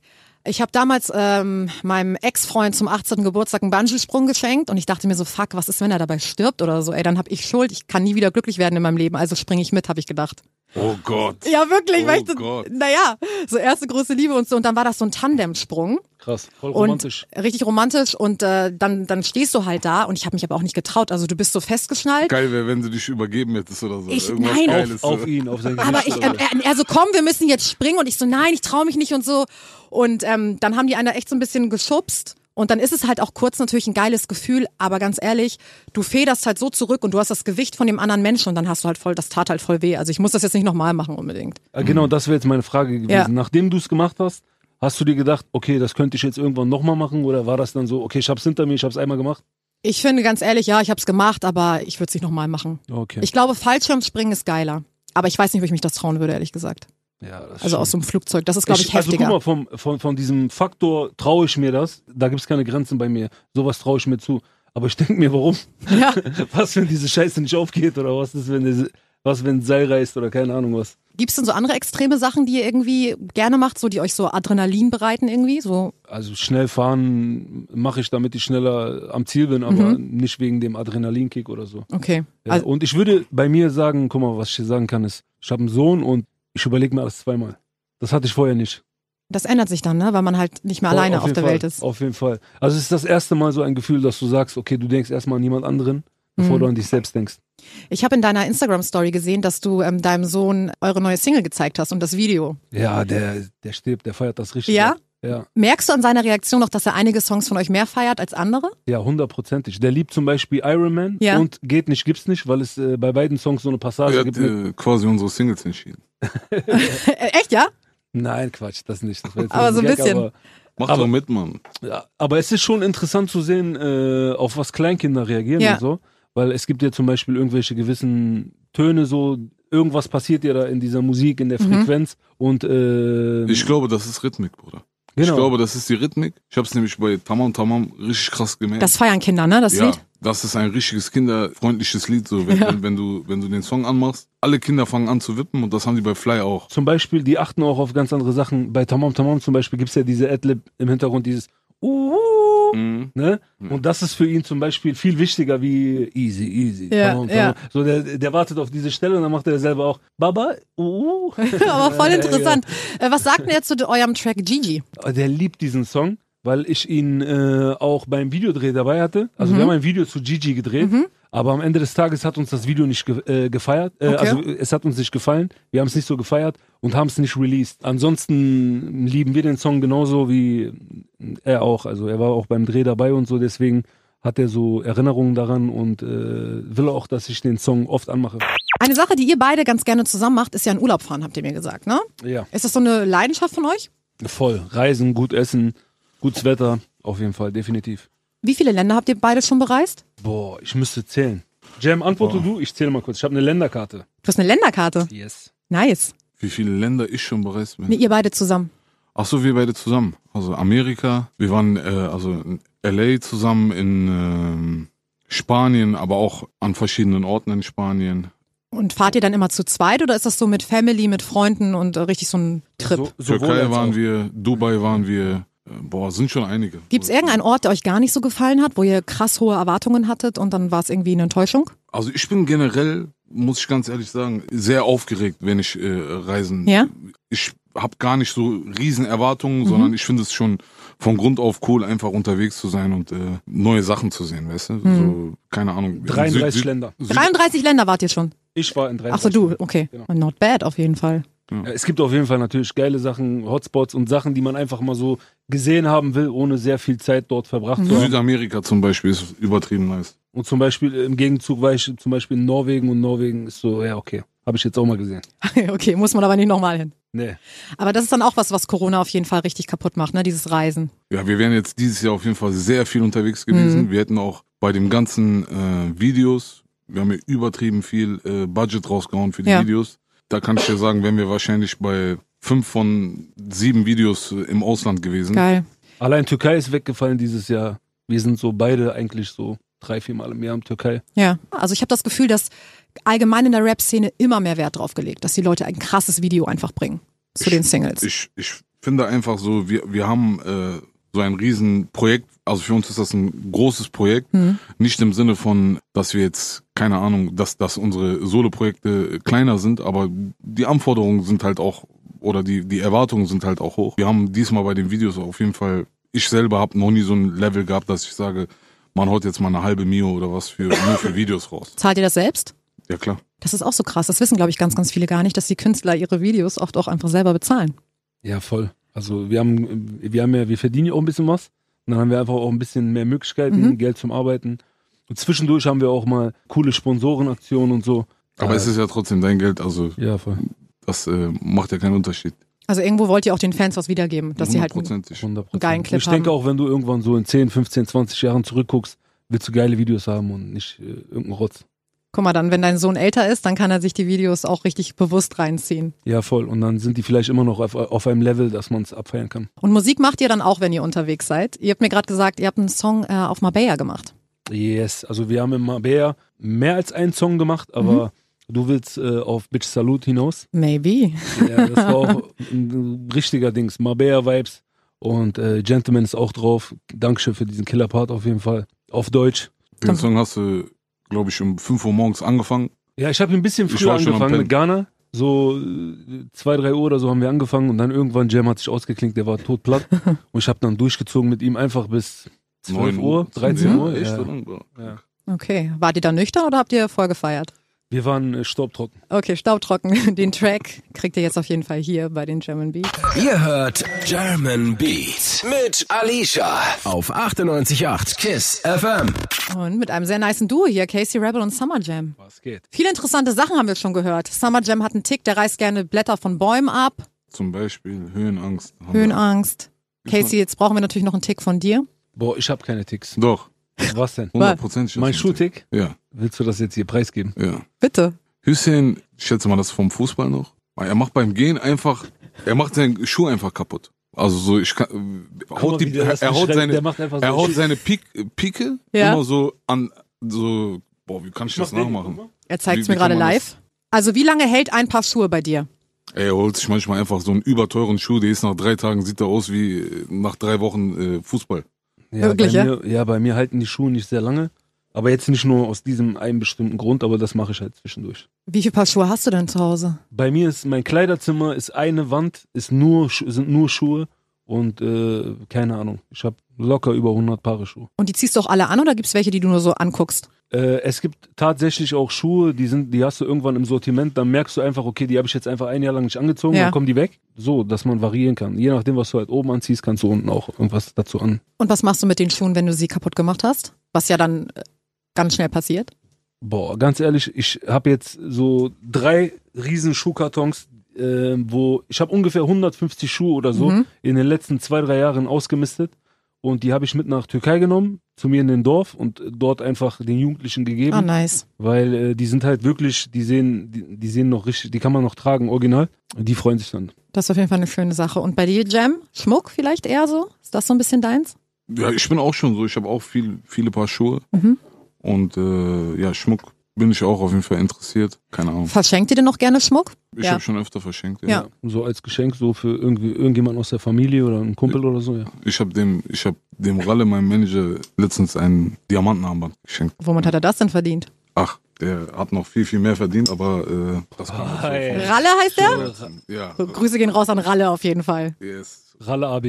Speaker 3: Ich habe damals ähm, meinem Ex-Freund zum 18. Geburtstag einen Bungee-Sprung geschenkt und ich dachte mir so, fuck, was ist, wenn er dabei stirbt oder so? Ey, dann hab ich Schuld, ich kann nie wieder glücklich werden in meinem Leben, also springe ich mit, habe ich gedacht.
Speaker 5: Oh Gott.
Speaker 3: Ja, wirklich,
Speaker 5: Oh
Speaker 3: weil ich das,
Speaker 5: Gott.
Speaker 3: naja, so erste große Liebe und so. Und dann war das so ein Tandemsprung.
Speaker 4: Krass, voll
Speaker 3: Und
Speaker 4: romantisch.
Speaker 3: richtig romantisch und äh, dann, dann stehst du halt da und ich habe mich aber auch nicht getraut. Also du bist so festgeschnallt.
Speaker 5: Geil wäre, wenn du dich übergeben hättest oder so.
Speaker 3: Ich-
Speaker 5: Irgendwas
Speaker 3: nein.
Speaker 5: Geiles. äh,
Speaker 4: auf, auf
Speaker 5: so.
Speaker 4: ihn, auf sein Gesicht.
Speaker 3: Aber ich, ähm, er, er so, komm, wir müssen jetzt springen. Und ich so, nein, ich traue mich nicht und so. Und ähm, dann haben die einer echt so ein bisschen geschubst. Und dann ist es halt auch kurz natürlich ein geiles Gefühl, aber ganz ehrlich, du federst halt so zurück und du hast das Gewicht von dem anderen Menschen und dann hast du halt voll, das tat halt voll weh. Also ich muss das jetzt nicht nochmal machen unbedingt.
Speaker 4: Äh, genau, das wäre jetzt meine Frage gewesen.
Speaker 3: Ja.
Speaker 4: Nachdem du es gemacht hast, hast du dir gedacht, okay, das könnte ich jetzt irgendwann nochmal machen oder war das dann so, okay, ich hab's hinter mir, ich hab's einmal gemacht?
Speaker 3: Ich finde ganz ehrlich, ja, ich habe es gemacht, aber ich würde es nicht nochmal machen.
Speaker 4: Okay.
Speaker 3: Ich glaube, Fallschirmspringen ist geiler. Aber ich weiß nicht, ob ich mich das trauen würde, ehrlich gesagt.
Speaker 4: ja, das
Speaker 3: Also
Speaker 4: stimmt.
Speaker 3: aus so einem Flugzeug. Das ist, glaube ich,
Speaker 4: also
Speaker 3: heftiger.
Speaker 4: guck mal, vom, von, von diesem Faktor traue ich mir das, da gibt es keine Grenzen bei mir. Sowas traue ich mir zu. Aber ich denke mir, warum?
Speaker 3: Ja.
Speaker 4: Was, wenn diese Scheiße nicht aufgeht oder was ist, wenn diese, was, wenn ein Seil reißt oder keine Ahnung was.
Speaker 3: Gibt es denn so andere extreme Sachen, die ihr irgendwie gerne macht, so die euch so Adrenalin bereiten irgendwie? So,
Speaker 4: Also schnell fahren mache ich, damit ich schneller am Ziel bin, aber nicht wegen dem Adrenalinkick oder so.
Speaker 3: okay.
Speaker 4: Ja,
Speaker 3: Mhm. Also,
Speaker 4: und ich würde bei mir sagen, guck mal, was ich dir sagen kann, ist, ich habe einen Sohn und ich überlege mir alles zweimal. Das hatte ich vorher nicht.
Speaker 3: das ändert sich dann, ne? Weil man halt nicht mehr alleine auf,
Speaker 4: jeden
Speaker 3: der
Speaker 4: Fall,
Speaker 3: Welt ist.
Speaker 4: Auf jeden Fall. Also es ist das erste Mal so ein Gefühl, dass du sagst, okay, du denkst erstmal an jemand anderen,
Speaker 3: Mhm.
Speaker 4: bevor du an dich selbst denkst.
Speaker 3: Ich habe in deiner Instagram-Story gesehen, dass du ähm, deinem Sohn eure neue Single gezeigt hast und das Video.
Speaker 4: Ja, der, der stirbt, der feiert das richtig.
Speaker 3: Ja?
Speaker 4: ab. Ja,
Speaker 3: Merkst du an seiner Reaktion noch, dass er einige Songs von euch mehr feiert als andere?
Speaker 4: ja, hundertprozentig. Der liebt zum Beispiel Iron Man
Speaker 3: Ja.
Speaker 4: und Geht nicht, gibt's nicht, weil es äh, bei beiden Songs so eine Passage
Speaker 5: Er hat
Speaker 4: gibt. mit-
Speaker 5: äh, quasi unsere Singles entschieden.
Speaker 3: Äh, echt, ja?
Speaker 4: Nein, Quatsch, das nicht. Das war jetzt
Speaker 3: Aber so ein
Speaker 4: Gag,
Speaker 3: bisschen.
Speaker 4: Aber,
Speaker 5: Mach
Speaker 4: Aber-
Speaker 5: doch mit, Mann.
Speaker 4: ja, aber es ist schon interessant zu sehen, äh, auf was Kleinkinder reagieren
Speaker 3: Ja.
Speaker 4: und so. Weil es gibt ja zum Beispiel irgendwelche gewissen Töne, so irgendwas passiert ja da in dieser Musik, in der
Speaker 3: Mhm.
Speaker 4: Frequenz. Und äh,
Speaker 5: Ich glaube, das ist Rhythmik, Bruder. Ich
Speaker 4: genau.
Speaker 5: glaube, das ist die Rhythmik. Ich habe es nämlich bei Tamam Tamam richtig krass gemerkt.
Speaker 3: Das feiern Kinder, ne? Das
Speaker 5: ja,
Speaker 3: Lied?
Speaker 5: Das ist ein richtiges kinderfreundliches Lied, so wenn, wenn, wenn du wenn du den Song anmachst, alle Kinder fangen an zu wippen und das haben die bei Fly auch.
Speaker 4: Zum Beispiel, die achten auch auf ganz andere Sachen. Bei Tamam Tamam zum Beispiel gibt es ja diese Adlib im Hintergrund, dieses Uhu, ne? Und das ist für ihn zum Beispiel viel wichtiger wie easy, easy.
Speaker 3: Ja, ja.
Speaker 4: So, der, der wartet auf diese Stelle und dann macht er selber auch Baba, Uhu.
Speaker 3: Aber voll interessant. Äh, Was sagt denn jetzt zu eurem Track Gigi?
Speaker 4: Der liebt diesen Song, weil ich ihn äh, auch beim Videodreh dabei hatte. Also wir haben ein Video zu Gigi gedreht, aber am Ende des Tages hat uns das Video nicht ge äh, gefeiert. Äh,
Speaker 3: Okay.
Speaker 4: Also äh, es hat uns nicht gefallen, wir haben es nicht so gefeiert und haben es nicht released. Ansonsten lieben wir den Song genauso wie er auch. Also er war auch beim Dreh dabei und so, deswegen hat er so Erinnerungen daran und äh, will auch, dass ich den Song oft anmache.
Speaker 3: Eine Sache, die ihr beide ganz gerne zusammen macht, ist ja in Urlaub fahren, habt ihr mir gesagt, ne?
Speaker 4: Ja,
Speaker 3: Ist das so eine Leidenschaft von euch?
Speaker 4: voll. Reisen, gut essen, gutes Wetter, auf jeden Fall, definitiv.
Speaker 3: Wie viele Länder habt ihr beide schon bereist?
Speaker 4: Boah, ich müsste zählen. Jam, antworte du, ich zähle mal kurz. Ich habe eine Länderkarte.
Speaker 3: Du hast eine Länderkarte.
Speaker 4: Yes.
Speaker 3: Nice.
Speaker 5: Wie viele Länder ich schon bereist bin.
Speaker 3: Nee, ihr beide zusammen.
Speaker 5: Ach so, wir beide zusammen. Also Amerika, wir waren äh, also in LA zusammen in ähm, Spanien, aber auch an verschiedenen Orten in Spanien.
Speaker 3: Und fahrt ihr dann immer zu zweit oder ist das so mit Family, mit Freunden und äh, richtig so ein Trip?
Speaker 4: So,
Speaker 5: Türkei waren
Speaker 4: wir.
Speaker 5: wir, Dubai waren wir. Äh, boah, sind schon einige.
Speaker 3: Gibt es irgendeinen Ort, der euch gar nicht so gefallen hat, wo ihr krass hohe Erwartungen hattet und dann war es irgendwie eine Enttäuschung?
Speaker 5: Also ich bin generell, muss ich ganz ehrlich sagen, sehr aufgeregt, wenn ich äh, reisen.
Speaker 3: Ja?
Speaker 5: Ich habe gar nicht so riesen Erwartungen, sondern ich finde es schon von Grund auf cool, einfach unterwegs zu sein und äh, neue Sachen zu sehen, weißt du? So, keine Ahnung. in
Speaker 4: 33
Speaker 5: Süd- Süd-
Speaker 4: Länder.
Speaker 5: Süd-
Speaker 3: 33 Länder wart ihr schon.
Speaker 4: Ich war in 30.
Speaker 3: Achso, du, okay. Not bad auf jeden Fall.
Speaker 4: Ja, Es gibt auf jeden Fall natürlich geile Sachen, Hotspots und Sachen, die man einfach mal so gesehen haben will, ohne sehr viel Zeit dort verbracht zu
Speaker 3: Mhm.
Speaker 4: haben.
Speaker 5: Südamerika zum Beispiel ist übertrieben nice.
Speaker 4: Und zum Beispiel äh, im Gegenzug war ich zum Beispiel in Norwegen und Norwegen ist so, ja, okay. Habe ich jetzt auch mal gesehen.
Speaker 3: okay, muss man aber nicht nochmal hin.
Speaker 4: Nee.
Speaker 3: Aber das ist dann auch was, was Corona auf jeden Fall richtig kaputt macht, ne? Dieses Reisen.
Speaker 5: Ja, wir wären jetzt dieses Jahr auf jeden Fall sehr viel unterwegs gewesen. Wir hätten auch bei dem ganzen äh, Videos, wir haben ja übertrieben viel äh, Budget rausgehauen für die
Speaker 3: Ja.
Speaker 5: Videos. Da kann ich dir sagen, wären wir wahrscheinlich bei fünf von sieben Videos äh, im Ausland gewesen.
Speaker 3: Geil.
Speaker 4: Allein Türkei ist weggefallen dieses Jahr. Wir sind so beide eigentlich so drei, vier Mal im Jahr in Türkei.
Speaker 3: Ja. Also ich habe das Gefühl, dass allgemein in der Rap-Szene immer mehr Wert drauf gelegt, dass die Leute ein krasses Video einfach bringen zu den Singles.
Speaker 5: Ich, ich finde einfach so, wir, wir haben äh, so ein Riesenprojekt. Also für uns ist das ein großes Projekt.
Speaker 3: Hm.
Speaker 5: Nicht im Sinne von, dass wir jetzt, keine Ahnung, dass, dass unsere Solo-Projekte kleiner sind, aber die Anforderungen sind halt auch, oder die, die Erwartungen sind halt auch hoch. Wir haben diesmal bei den Videos auf jeden Fall, ich selber habe noch nie so ein Level gehabt, dass ich sage, man haut jetzt mal eine halbe Mio oder was für nur für Videos raus.
Speaker 3: Zahlt ihr das selbst?
Speaker 5: Ja klar.
Speaker 3: Das ist auch so krass. Das wissen, glaube ich, ganz, ganz viele gar nicht, dass die Künstler ihre Videos oft auch einfach selber bezahlen.
Speaker 4: Ja, voll. Also wir haben, wir haben ja, wir verdienen ja auch ein bisschen was. Und dann haben wir einfach auch ein bisschen mehr Möglichkeiten,
Speaker 3: Mhm.
Speaker 4: Geld zum Arbeiten. Und zwischendurch haben wir auch mal coole Sponsorenaktionen und so.
Speaker 5: Aber es ist ja trotzdem dein Geld, also
Speaker 4: Ja, voll.
Speaker 5: das äh, macht ja keinen Unterschied.
Speaker 3: Also irgendwo wollt ihr auch den Fans was wiedergeben, dass sie halt.
Speaker 5: Hundertprozentig.
Speaker 4: 100%.
Speaker 3: Geilen Clip
Speaker 4: Ich denke
Speaker 3: haben.
Speaker 4: auch, wenn du irgendwann so in 10, 15, 20 Jahren zurückguckst, willst du geile Videos haben und nicht äh, irgendeinen Rotz.
Speaker 3: Guck mal, dann, wenn dein Sohn älter ist, dann kann er sich die Videos auch richtig bewusst reinziehen.
Speaker 4: Ja, voll. Und dann sind die vielleicht immer noch auf, auf einem Level, dass man es abfeiern kann.
Speaker 3: Und Musik macht ihr dann auch, wenn ihr unterwegs seid. Ihr habt mir gerade gesagt, ihr habt einen Song äh, auf Marbella gemacht.
Speaker 4: Yes, also wir haben in Mabea mehr als einen Song gemacht, aber
Speaker 3: Mhm.
Speaker 4: du willst äh, auf Bitch Salute hinaus.
Speaker 3: Maybe.
Speaker 4: Ja, das war auch ein richtiger Dings. Mabea-Vibes und äh, Gentleman ist auch drauf. Dankeschön für diesen Killer-Part auf jeden Fall. Auf Deutsch.
Speaker 5: Den Song hast du, glaube ich, um 5 Uhr morgens angefangen.
Speaker 4: Ja, ich habe ein bisschen
Speaker 5: Ich
Speaker 4: früher
Speaker 5: war schon am
Speaker 4: angefangen mit
Speaker 5: Pennen.
Speaker 4: Ghana. So äh, zwei, drei Uhr oder so haben wir angefangen und dann irgendwann Jam hat sich ausgeklinkt, der war totplatt. und ich habe dann durchgezogen mit ihm einfach bis 12
Speaker 5: Neun
Speaker 4: Uhr, 13
Speaker 5: Ja,
Speaker 4: Uhr.
Speaker 5: Echt,
Speaker 4: Ja.
Speaker 5: oder?
Speaker 4: Ja.
Speaker 3: Okay. Wart ihr da nüchtern oder habt ihr vorgefeiert?
Speaker 4: Wir waren äh, staubtrocken.
Speaker 3: Okay, staubtrocken. Den Track kriegt ihr jetzt auf jeden Fall hier bei den German Beats.
Speaker 1: Ihr hört German Beat mit Alicia auf 98.8 KISS FM.
Speaker 3: Und mit einem sehr niceen Duo hier, Casey Rebel und Summer Jam.
Speaker 4: Was geht?
Speaker 3: Viele interessante Sachen haben wir schon gehört. Summer Jam hat einen Tick, der reißt gerne Blätter von Bäumen ab.
Speaker 5: Zum Beispiel Höhenangst. haben wir.
Speaker 3: Höhenangst.
Speaker 5: Mhm.
Speaker 3: Casey, jetzt brauchen wir natürlich noch einen Tick von dir.
Speaker 4: Boah, ich habe keine Ticks.
Speaker 5: Doch,
Speaker 4: Was denn?
Speaker 5: hundertprozentig.
Speaker 4: Mein
Speaker 5: das
Speaker 4: Schuhtick?
Speaker 5: Ja,
Speaker 4: Willst du das jetzt hier preisgeben?
Speaker 5: ja.
Speaker 3: Bitte.
Speaker 5: Hüseyin, ich schätze mal, das ist vom Fußball noch. Er macht beim Gehen einfach, er macht seinen Schuh einfach kaputt. Also so, ich kann,
Speaker 4: mal,
Speaker 5: haut
Speaker 4: wie
Speaker 5: die,
Speaker 4: der das
Speaker 5: er haut
Speaker 4: beschreibt.
Speaker 5: seine,
Speaker 4: Der macht einfach so-
Speaker 5: er haut seine Pik, Pike
Speaker 3: Ja.
Speaker 5: immer so an so, boah, wie kann ich das
Speaker 4: mach den,
Speaker 5: nachmachen?
Speaker 3: Er
Speaker 5: Wie-
Speaker 3: zeigt es
Speaker 5: wie
Speaker 3: mir gerade
Speaker 5: kann man
Speaker 3: live. Also wie lange hält ein Paar Schuhe bei dir?
Speaker 5: Ey, er holt sich manchmal einfach so einen überteuren Schuh, der ist nach drei Tagen, sieht er aus wie äh, nach drei Wochen äh, Fußball.
Speaker 4: Ja,
Speaker 3: Wirklich,
Speaker 4: bei
Speaker 3: ja?
Speaker 4: Mir, ja, bei mir halten die Schuhe nicht sehr lange. Aber jetzt nicht nur aus diesem einen bestimmten Grund, aber das mache ich halt zwischendurch.
Speaker 3: Wie viele Paar Schuhe hast du denn zu Hause?
Speaker 4: Bei mir ist mein Kleiderzimmer, ist eine Wand, ist nur, Schu- sind nur Schuhe und äh, keine Ahnung. Ich habe locker über 100 Paare Schuhe.
Speaker 3: Und die ziehst du auch alle an oder gibt es welche, die du nur so anguckst?
Speaker 4: Äh, es gibt tatsächlich auch Schuhe, die sind, die hast du irgendwann im Sortiment, dann merkst du einfach, okay, die habe ich jetzt einfach ein Jahr lang nicht angezogen,
Speaker 3: Ja.
Speaker 4: dann kommen die weg. So, dass man variieren kann. Je nachdem, was du halt oben anziehst, kannst du unten auch irgendwas dazu an.
Speaker 3: Und was machst du mit den Schuhen, wenn du sie kaputt gemacht hast? Was ja dann äh, ganz schnell passiert.
Speaker 4: Boah, ganz ehrlich, ich habe jetzt so drei riesen Schuhkartons, äh, wo ich habe ungefähr 150 Schuhe oder so in den letzten zwei, drei Jahren ausgemistet. Und die habe ich mit nach Türkei genommen, zu mir in den Dorf und dort einfach den Jugendlichen gegeben.
Speaker 3: Ah, nice.
Speaker 4: Weil äh, die sind halt wirklich, die sehen, die, die sehen noch richtig, die kann man noch tragen, original. Die freuen sich dann.
Speaker 3: Das ist auf jeden Fall eine schöne Sache. Und bei dir, Jam? Schmuck vielleicht eher so? Ist das so ein bisschen deins?
Speaker 5: Ja, ich bin auch schon so, ich habe auch viel, viele Paar Schuhe. Und äh, ja, Schmuck bin ich auch auf jeden Fall interessiert. Keine Ahnung.
Speaker 3: Verschenkt ihr denn noch gerne Schmuck?
Speaker 5: Ich
Speaker 3: Ja.
Speaker 5: habe schon öfter verschenkt. Ja.
Speaker 3: Ja.
Speaker 4: So als Geschenk, so für irgendwie irgendjemand aus der Familie oder einen Kumpel oder so, ja.
Speaker 5: Ich habe dem, ich habe dem Ralle, meinem Manager, letztens einen Diamantenarmband geschenkt.
Speaker 3: Womit hat er das denn verdient?
Speaker 5: Ach, der hat noch viel, viel mehr verdient, aber äh, das kann man
Speaker 4: Ah, ja.
Speaker 3: Ralle heißt er?
Speaker 5: Ja,
Speaker 3: Grüße gehen raus an Ralle auf jeden Fall.
Speaker 5: yes.
Speaker 4: Ralle AB.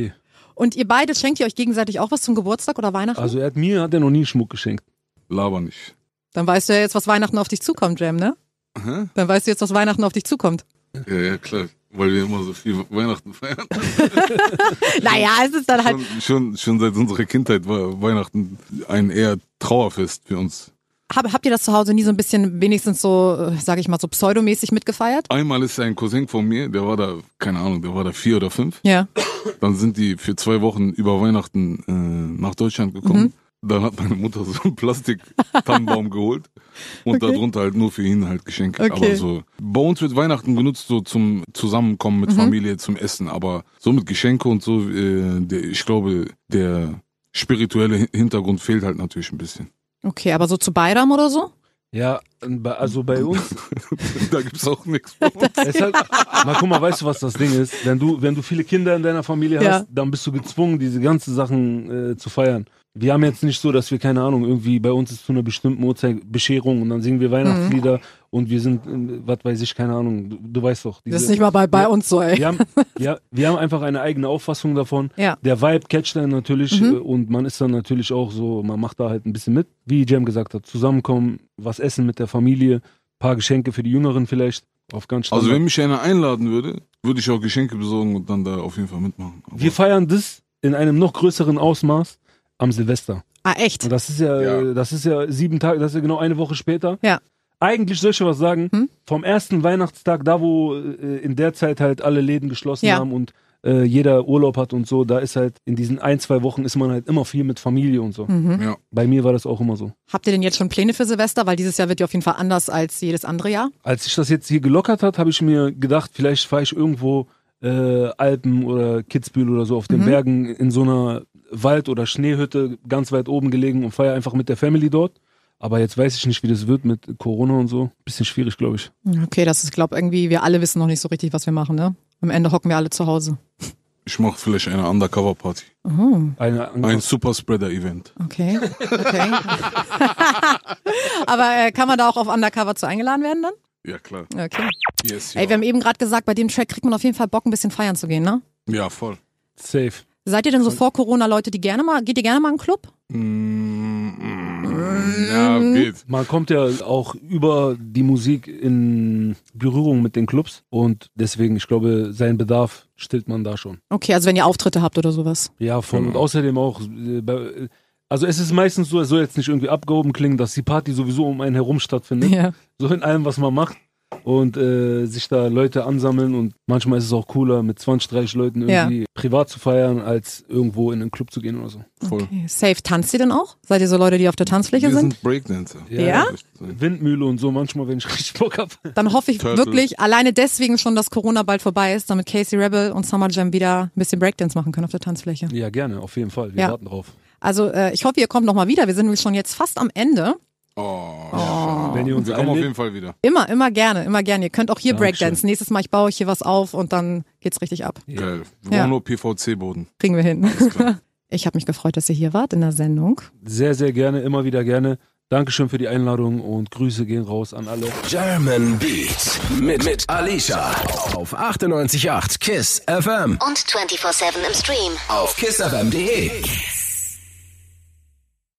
Speaker 3: Und ihr beide schenkt ihr euch gegenseitig auch was zum Geburtstag oder Weihnachten?
Speaker 4: Also er hat mir hat er noch nie Schmuck geschenkt.
Speaker 5: laber nicht.
Speaker 3: Dann weißt du ja jetzt, was Weihnachten auf dich zukommt, Jam, ne?
Speaker 5: Hä?
Speaker 3: Dann weißt du jetzt, was Weihnachten auf dich zukommt.
Speaker 5: Ja, ja, klar, weil wir immer so viel Weihnachten feiern.
Speaker 4: Also-
Speaker 3: Naja, es ist dann halt.
Speaker 5: Schon, schon, schon seit unserer Kindheit war Weihnachten ein eher Trauerfest für uns.
Speaker 3: Hab, habt ihr das zu Hause nie so ein bisschen wenigstens so, äh, sag ich mal, so pseudomäßig mitgefeiert?
Speaker 5: Einmal ist ein Cousin von mir, der war da, keine Ahnung, der war da vier oder fünf.
Speaker 3: Ja.
Speaker 5: Dann sind die für zwei Wochen über Weihnachten äh, nach Deutschland gekommen. Dann hat meine Mutter so einen Plastik-Tannenbaum geholt und darunter halt nur für ihn halt Geschenke.
Speaker 3: Okay.
Speaker 5: Aber so. Bei uns wird Weihnachten genutzt so zum Zusammenkommen mit Familie, zum Essen. Aber so mit Geschenke und so, äh, der, ich glaube, der spirituelle Hin- Hintergrund fehlt halt natürlich ein bisschen.
Speaker 3: Okay, aber so zu Bayram oder so?
Speaker 4: Ja, bei- also bei uns
Speaker 5: da gibt's auch nichts. bei uns.
Speaker 4: Es ist halt, mal guck mal, weißt du, was das Ding ist? Wenn du, wenn du viele Kinder in deiner Familie hast,
Speaker 3: Ja.
Speaker 4: dann bist du gezwungen, diese ganzen Sachen äh, zu feiern. Wir haben jetzt nicht so, dass wir, keine Ahnung, irgendwie bei uns ist zu einer bestimmten Uhrzeit Bescherung und dann singen wir
Speaker 3: Mhm.
Speaker 4: Weihnachtslieder und wir sind, äh, was weiß ich, keine Ahnung, du, du weißt doch.
Speaker 3: Das
Speaker 4: diese-
Speaker 3: ist nicht mal bei, bei
Speaker 4: Ja.
Speaker 3: uns so, ey.
Speaker 4: wir haben, ja, wir haben einfach eine eigene Auffassung davon.
Speaker 3: Ja.
Speaker 4: Der Vibe catcht einen natürlich
Speaker 3: Mhm.
Speaker 4: äh, und man ist dann natürlich auch so, man macht da halt ein bisschen mit. Wie Jam gesagt hat, zusammenkommen, was essen mit der Familie, paar Geschenke für die Jüngeren vielleicht. Auf ganz
Speaker 5: Also
Speaker 4: Standard.
Speaker 5: wenn mich einer einladen würde, würde ich auch Geschenke besorgen und dann da auf jeden Fall mitmachen. Aber
Speaker 4: Wir feiern das in einem noch größeren Ausmaß am Silvester.
Speaker 3: Ah, echt?
Speaker 4: Und das ist ja,
Speaker 5: Ja.
Speaker 4: das ist ja sieben Tage, das ist ja genau eine Woche später.
Speaker 3: Ja.
Speaker 4: Eigentlich soll ich dir was sagen,
Speaker 3: Hm?
Speaker 4: vom ersten Weihnachtstag, da wo äh, in der Zeit halt alle Läden geschlossen
Speaker 3: Ja.
Speaker 4: haben und äh, jeder Urlaub hat und so, da ist halt in diesen ein, zwei Wochen ist man halt immer viel mit Familie und so.
Speaker 3: Mhm.
Speaker 5: ja.
Speaker 4: Bei mir war das auch immer so.
Speaker 3: Habt ihr denn jetzt schon Pläne für Silvester? Weil dieses Jahr wird ja auf jeden Fall anders als jedes andere Jahr.
Speaker 4: Als ich das jetzt hier gelockert hat, habe ich mir gedacht, vielleicht fahre ich irgendwo äh, Alpen oder Kitzbühel oder so auf den
Speaker 3: Mhm.
Speaker 4: Bergen in so einer Wald- oder Schneehütte ganz weit oben gelegen und feiere einfach mit der Family dort. Aber jetzt weiß ich nicht, wie das wird mit Corona und so. Bisschen schwierig, glaube ich.
Speaker 3: Okay, das ist, glaube irgendwie, wir alle wissen noch nicht so richtig, was wir machen, ne? Am Ende hocken wir alle zu Hause.
Speaker 5: Ich mache vielleicht eine Undercover-Party.
Speaker 3: Oh,
Speaker 4: Eine
Speaker 5: Ein Superspreader-Event.
Speaker 3: okay. okay. aber äh, kann man da auch auf Undercover zu eingeladen werden dann?
Speaker 5: Ja, klar.
Speaker 3: Okay.
Speaker 5: Yes, ja.
Speaker 3: Ey, wir haben eben gerade gesagt, bei dem Track kriegt man auf jeden Fall Bock, ein bisschen feiern zu gehen, ne?
Speaker 5: ja, voll.
Speaker 4: Safe.
Speaker 3: Seid ihr denn so vor Corona Leute, die gerne mal, geht ihr gerne mal in einen Club?
Speaker 5: Mm, ja,
Speaker 3: Mhm.
Speaker 5: geht.
Speaker 4: Man kommt ja auch über die Musik in Berührung mit den Clubs und deswegen, ich glaube, seinen Bedarf stillt man da schon.
Speaker 3: Okay, also wenn ihr Auftritte habt oder sowas.
Speaker 4: Ja, voll.
Speaker 3: Genau.
Speaker 4: Und außerdem auch, äh, bei- also es ist meistens so, es soll jetzt nicht irgendwie abgehoben klingen, dass die Party sowieso um einen herum stattfindet.
Speaker 3: Ja.
Speaker 4: So in allem, was man macht. Und äh, sich da Leute ansammeln und manchmal ist es auch cooler, mit 20, 30 Leuten
Speaker 3: Ja.
Speaker 4: irgendwie privat zu feiern, als irgendwo in einen Club zu gehen oder so.
Speaker 5: Voll.
Speaker 3: Okay. Safe, tanzt ihr denn auch? Seid ihr so Leute, die auf der Tanzfläche
Speaker 5: Wir
Speaker 3: sind?
Speaker 5: sind Breakdancer.
Speaker 3: Ja?
Speaker 4: Windmühle und so, manchmal, wenn ich richtig Bock hab.
Speaker 3: Dann hoffe ich
Speaker 5: Turtles.
Speaker 3: wirklich alleine deswegen schon, dass Corona bald vorbei ist, damit Casey Rebel und Summer Jam wieder ein bisschen Breakdance machen können auf der Tanzfläche.
Speaker 4: Ja, gerne, auf jeden Fall. Wir
Speaker 3: Ja.
Speaker 4: warten drauf.
Speaker 3: Also äh, ich hoffe, ihr kommt nochmal wieder. Wir sind nämlich schon jetzt fast am Ende.
Speaker 5: Oh, schade.
Speaker 4: Wenn ihr uns
Speaker 5: Wir kommen auf
Speaker 4: einlädt-
Speaker 5: jeden Fall wieder.
Speaker 3: Immer, immer gerne, immer gerne. Ihr könnt auch hier
Speaker 4: Dankeschön.
Speaker 3: Breakdance. Nächstes Mal, ich baue euch hier was auf und dann geht's richtig ab.
Speaker 5: Geil. Wir
Speaker 3: Ja.
Speaker 5: brauchen nur PVC-Boden.
Speaker 3: Kriegen wir hin.
Speaker 5: klar.
Speaker 3: Ich habe mich gefreut, dass ihr hier wart in der Sendung.
Speaker 4: Sehr, sehr gerne, immer wieder gerne. Dankeschön für die Einladung und Grüße gehen raus an alle.
Speaker 1: German Beats mit, mit Alicia auf 98.8 KISS FM
Speaker 2: Und 24-7 im Stream.
Speaker 1: auf kissfm.de.